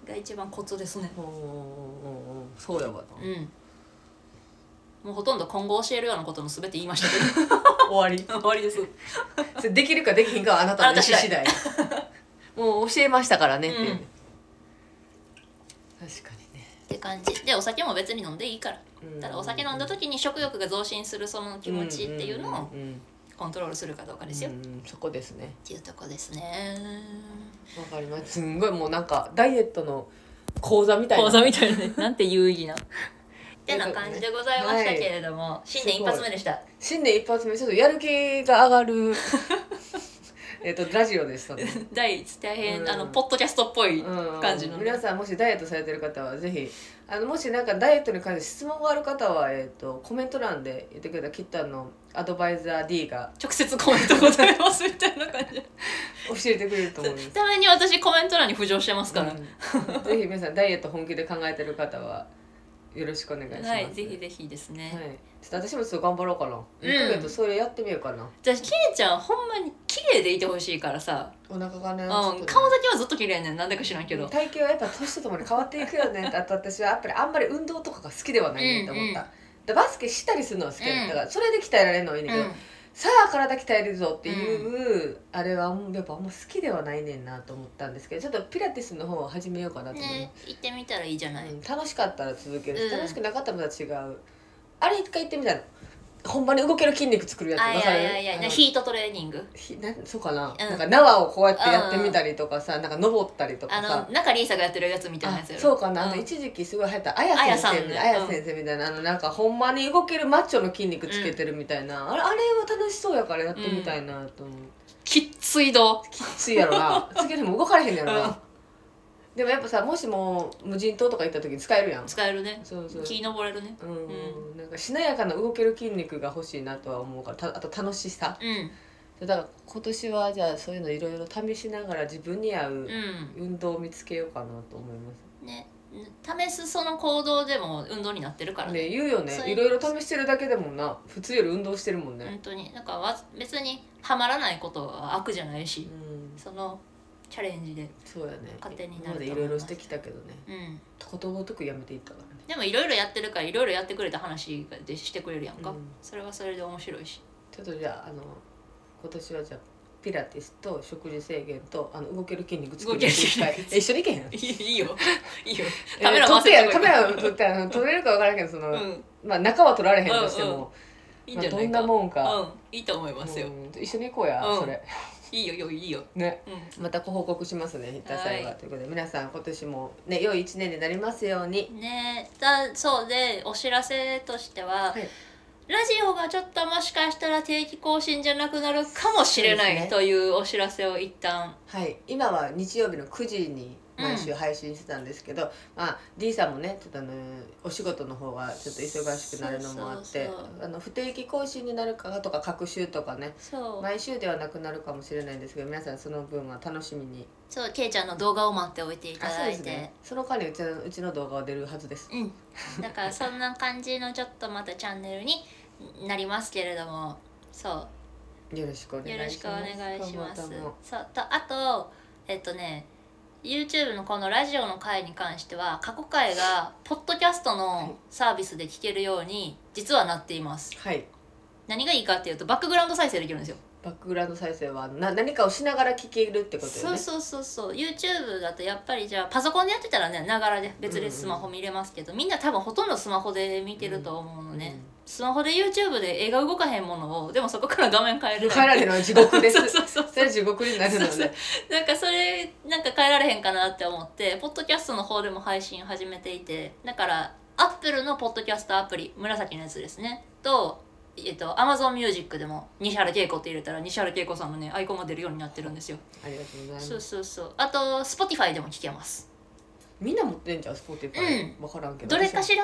B: が一番コツですね
A: おーおーおーおーそうやわな、
B: うんもうほとんど今後教えるようなことの全て言いましたけ
A: 終わり
B: ど 終わりです
A: それできるかできひんかはあなたの意思次第もう教えましたからねっていうね、確かにね
B: って感じでお酒も別に飲んでいいから
A: うん
B: ただお酒飲んだ時に食欲が増進するその気持ちっていうのを
A: うんうんうん
B: コントロールするかどうかですよ、
A: う
B: っ
A: んうんそこですね
B: ていうとこですね
A: わかりますすんごいもうなんかダイエットの講座みたいな
B: みたいなねなんて有意義なって
A: と
B: な
A: いうことでね
B: 感じでございましたけれども、新年一発目でした
A: 新年一発目ちょっとやる気が上が るえっとラジオでしたね、
B: 第一大変、
A: うん
B: あのポッドキャストっぽい、
A: うん、
B: 感じのね
A: 皆さんもしダイエットされてる方はぜひあのもしなんかダイエットに関して質問がある方は、えっとコメント欄で言ってくれたきっとあのアドバイザー D が
B: 直接コメント答えますみたいな感じ
A: 教えてくれると思います
B: たまに私コメント欄に浮上してますから、
A: うんぜひ皆さんダイエット本気で考えてる方はよろしくお願いします、
B: はいぜひぜひですね、
A: はい、ちょっと私もちょっと頑張ろうかな1ヶ月それやってみようかな、
B: 私キレちゃんほんまに綺麗でいてほしいからさ、
A: お腹がね、
B: うん、
A: ちょっとね
B: 顔だけはずっと綺麗やねんなんでか知らんけど、
A: 体型はやっぱ年とともに変わっていくよねあと私はやっぱりあんまり運動とかが好きではないねと思った、
B: うん
A: でバスケしたりするのは好きやね
B: うん
A: だからそれで鍛えられるのはいいねんだけど、
B: うん
A: さあ体鍛えるぞっていう、あれはやっぱあんま好きではないねんなと思ったんですけどちょっとピラティスの方を始めようかなと思い
B: ね
A: ま、
B: 行ってみたらいいじゃない、
A: す、うん楽しかったら続けるし、
B: うん
A: 楽しくなかったらまた違うあれ一回行ってみたのほんまに動ける筋肉作るやつ
B: あい
A: わか
B: や
A: る
B: いやいや
A: あ
B: い
A: の
B: やヒートトレーニング
A: ひなんそうかな,、
B: うん
A: なんか縄をこうやってやってみたりとかさ、なんか登ったりとか
B: あ
A: さ
B: の中リーサがやってるやつみたいな
A: あ
B: やつやろ
A: そうかな、あの
B: ん
A: 一時期すごい流行ったあや先生みたい
B: あや
A: なあ
B: さんね
A: や先生みたいな、あのなんかほんまに動けるマッチョの筋肉つけてるみたいな、あれあれは楽しそうやからやってみたいなと思う、
B: きっついど
A: きついやろ な次でも動かれへんやろな、
B: うん
A: でもやっぱさもしも無人島とか行った時に使えるやん
B: 使えるね
A: そうそう
B: 木登れるね
A: うん、
B: う
A: なんかしなやかな動ける筋肉が欲しいなとは思うからたあと楽しさ
B: うん
A: だから今年はじゃあそういうのいろいろ試しながら自分に合う
B: う
A: 運動を見つけようかなと思います、
B: んね試すその行動でも運動になってるからね
A: ね言うよ
B: そ
A: ね
B: れ
A: いろいろ試してるだけでもな普通より運動してるもんね、
B: 本当になんかわ別にハマらないことは悪じゃないし
A: う、ん、
B: そのチャレンジで
A: そうやね
B: 勝手にな
A: 今ま
B: ると思います
A: でいろいろしてきたけどね
B: うん
A: とことごとくやめていったからね
B: でもいろいろやってるからいろいろやってくれた話でしてくれるやんか、
A: うん
B: それはそれで面白いし
A: ちょっとじゃああの今年はじゃあピラティスと食事制限とあの動ける筋肉
B: 動ける
A: 一
B: 筋
A: 回
B: 肉
A: え一緒にいけへん
B: いいよいいよ
A: えー
B: カメラ
A: 撮
B: 回
A: っ
B: せ
A: て
B: る
A: や
B: と
A: カ
B: こ
A: メラ撮ってあの撮れるか分からんけどその、
B: うん
A: まあ中は撮られへんとしても、
B: うんうんいいんじゃない
A: ま
B: か
A: あ、どんなもんか、
B: うんいいと思いますよ
A: うん一緒に行こうや、
B: うん
A: それ
B: いいよよいいよ
A: ね
B: うん
A: またご報告しますねヒッターさん
B: は
A: が
B: い
A: ということで皆さん今年もね良い一年になりますように
B: ねだそうでお知らせとしては、
A: はい
B: ラジオがちょっともしかしたら定期更新じゃなくなるかもしれな
A: そうです
B: い
A: ね
B: というお知らせを一旦
A: はい今は日曜日の9時に毎週配信してたんですけど、まあ D さんもねちょっとあのお仕事の方がちょっと忙しくなるのもあって
B: そうそうそ
A: あの不定期更新になるかとか隔週とかね
B: そう,、
A: 毎週ではなくなるかもしれないんですけど皆さんその分は楽しみに
B: そうけいちゃんの動画を待っておいていただいてう,、
A: その間にうちのうちの動画は出るはずです
B: んだからそんな感じのちょっとまたチャンネルになりますけれどもそう
A: よろしくお願
B: よろ
A: い
B: し
A: し
B: くお
A: ます
B: 願いします
A: 今後とも。
B: そうとあとえっとね YouTube のこのラジオの回に関しては過去回がポッドキャストのサービスで聞けるように実はなっています
A: はい
B: 何がいいかっていうとバックグラウンド再生できるんですよ
A: バックグラウンド再生はな何かをしながら聴けるってことよ
B: そう
A: ね
B: そうそうそう YouTube だとやっぱりじゃあパソコンでやってたらねながらで別でスマホ見れますけど、みんな多分ほとんどスマホで見てると思うのね、
A: うん
B: スマホで YouTube で映画動かへんものをでもそこから画面変える
A: 帰られるのは地獄です
B: そうそうそう
A: それは地獄になるので
B: そうそうなんかそれなんか変えられへんかなって思ってポッドキャストの方でも配信始めていてだからアップルのポッドキャストアプリ紫のやつですねとえっと、Amazon Music でも西原恵子って入れたら西原恵子さんのねアイコンが出るようになってるんですよ、
A: ありがとうございま
B: そう
A: す
B: そうそうあと Spotify でも聞けます
A: みんな持ってんじゃんスポーティファイ分からんけど
B: どれかしら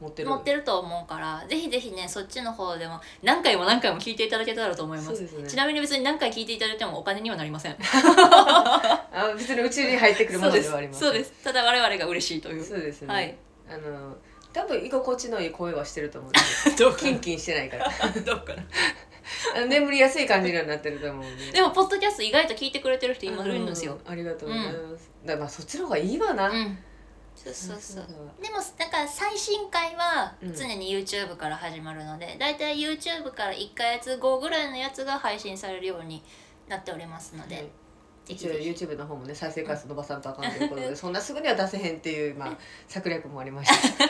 A: 持ってる
B: 持ってると思うからぜひぜひねそっちの方でも何回も何回も聞いていただけたらと思い
A: そ
B: ま
A: う
B: す
A: ですね
B: ちなみに別に何回聞いていただいてもお金にはなりません
A: あ別にうちに入ってくるも
B: そう
A: の
B: で
A: ですはありません
B: そうですただ我々が嬉しいという
A: そうですね、
B: はい
A: あの多分居心地のいい声はしてると 思うんです
B: どうか
A: キンキンしてないから
B: などうかな
A: あの眠りやすい感じになってると思うんで
B: でもポッドキャスト意外と聞いてくれてる人今いるんですよ
A: うありがとうございます、だからまあそっちの方がいいわな、
B: うんそうそうそう
A: だわ
B: でもだから最新回は
A: うん
B: 常に YouTube から始まるので、だいたい YouTube から1か月後ぐらいのやつが配信されるようになっておりますので、
A: はい
B: ぜひ
A: 一応
B: ぜひ
A: YouTube の方もね再生回数伸ばさんとあかんということで、そんなすぐには出せへんっていう、 まあ、策略もありました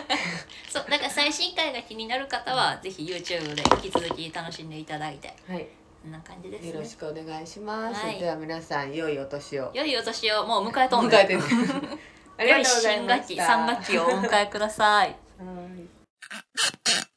B: そうだから最新回が気になる方はぜひ YouTube で引き続き楽しんでいただいて
A: はい、
B: こんな感じです
A: よろ
B: ね
A: しくお願いします。
B: はい
A: では皆さん良いお年を
B: 良いお年をもう迎えとん
A: 迎
B: で
A: えて ね ありがとうござい
B: 新
A: ま
B: 学
A: し
B: 期
A: た。
B: 3学期をお迎えください
A: はい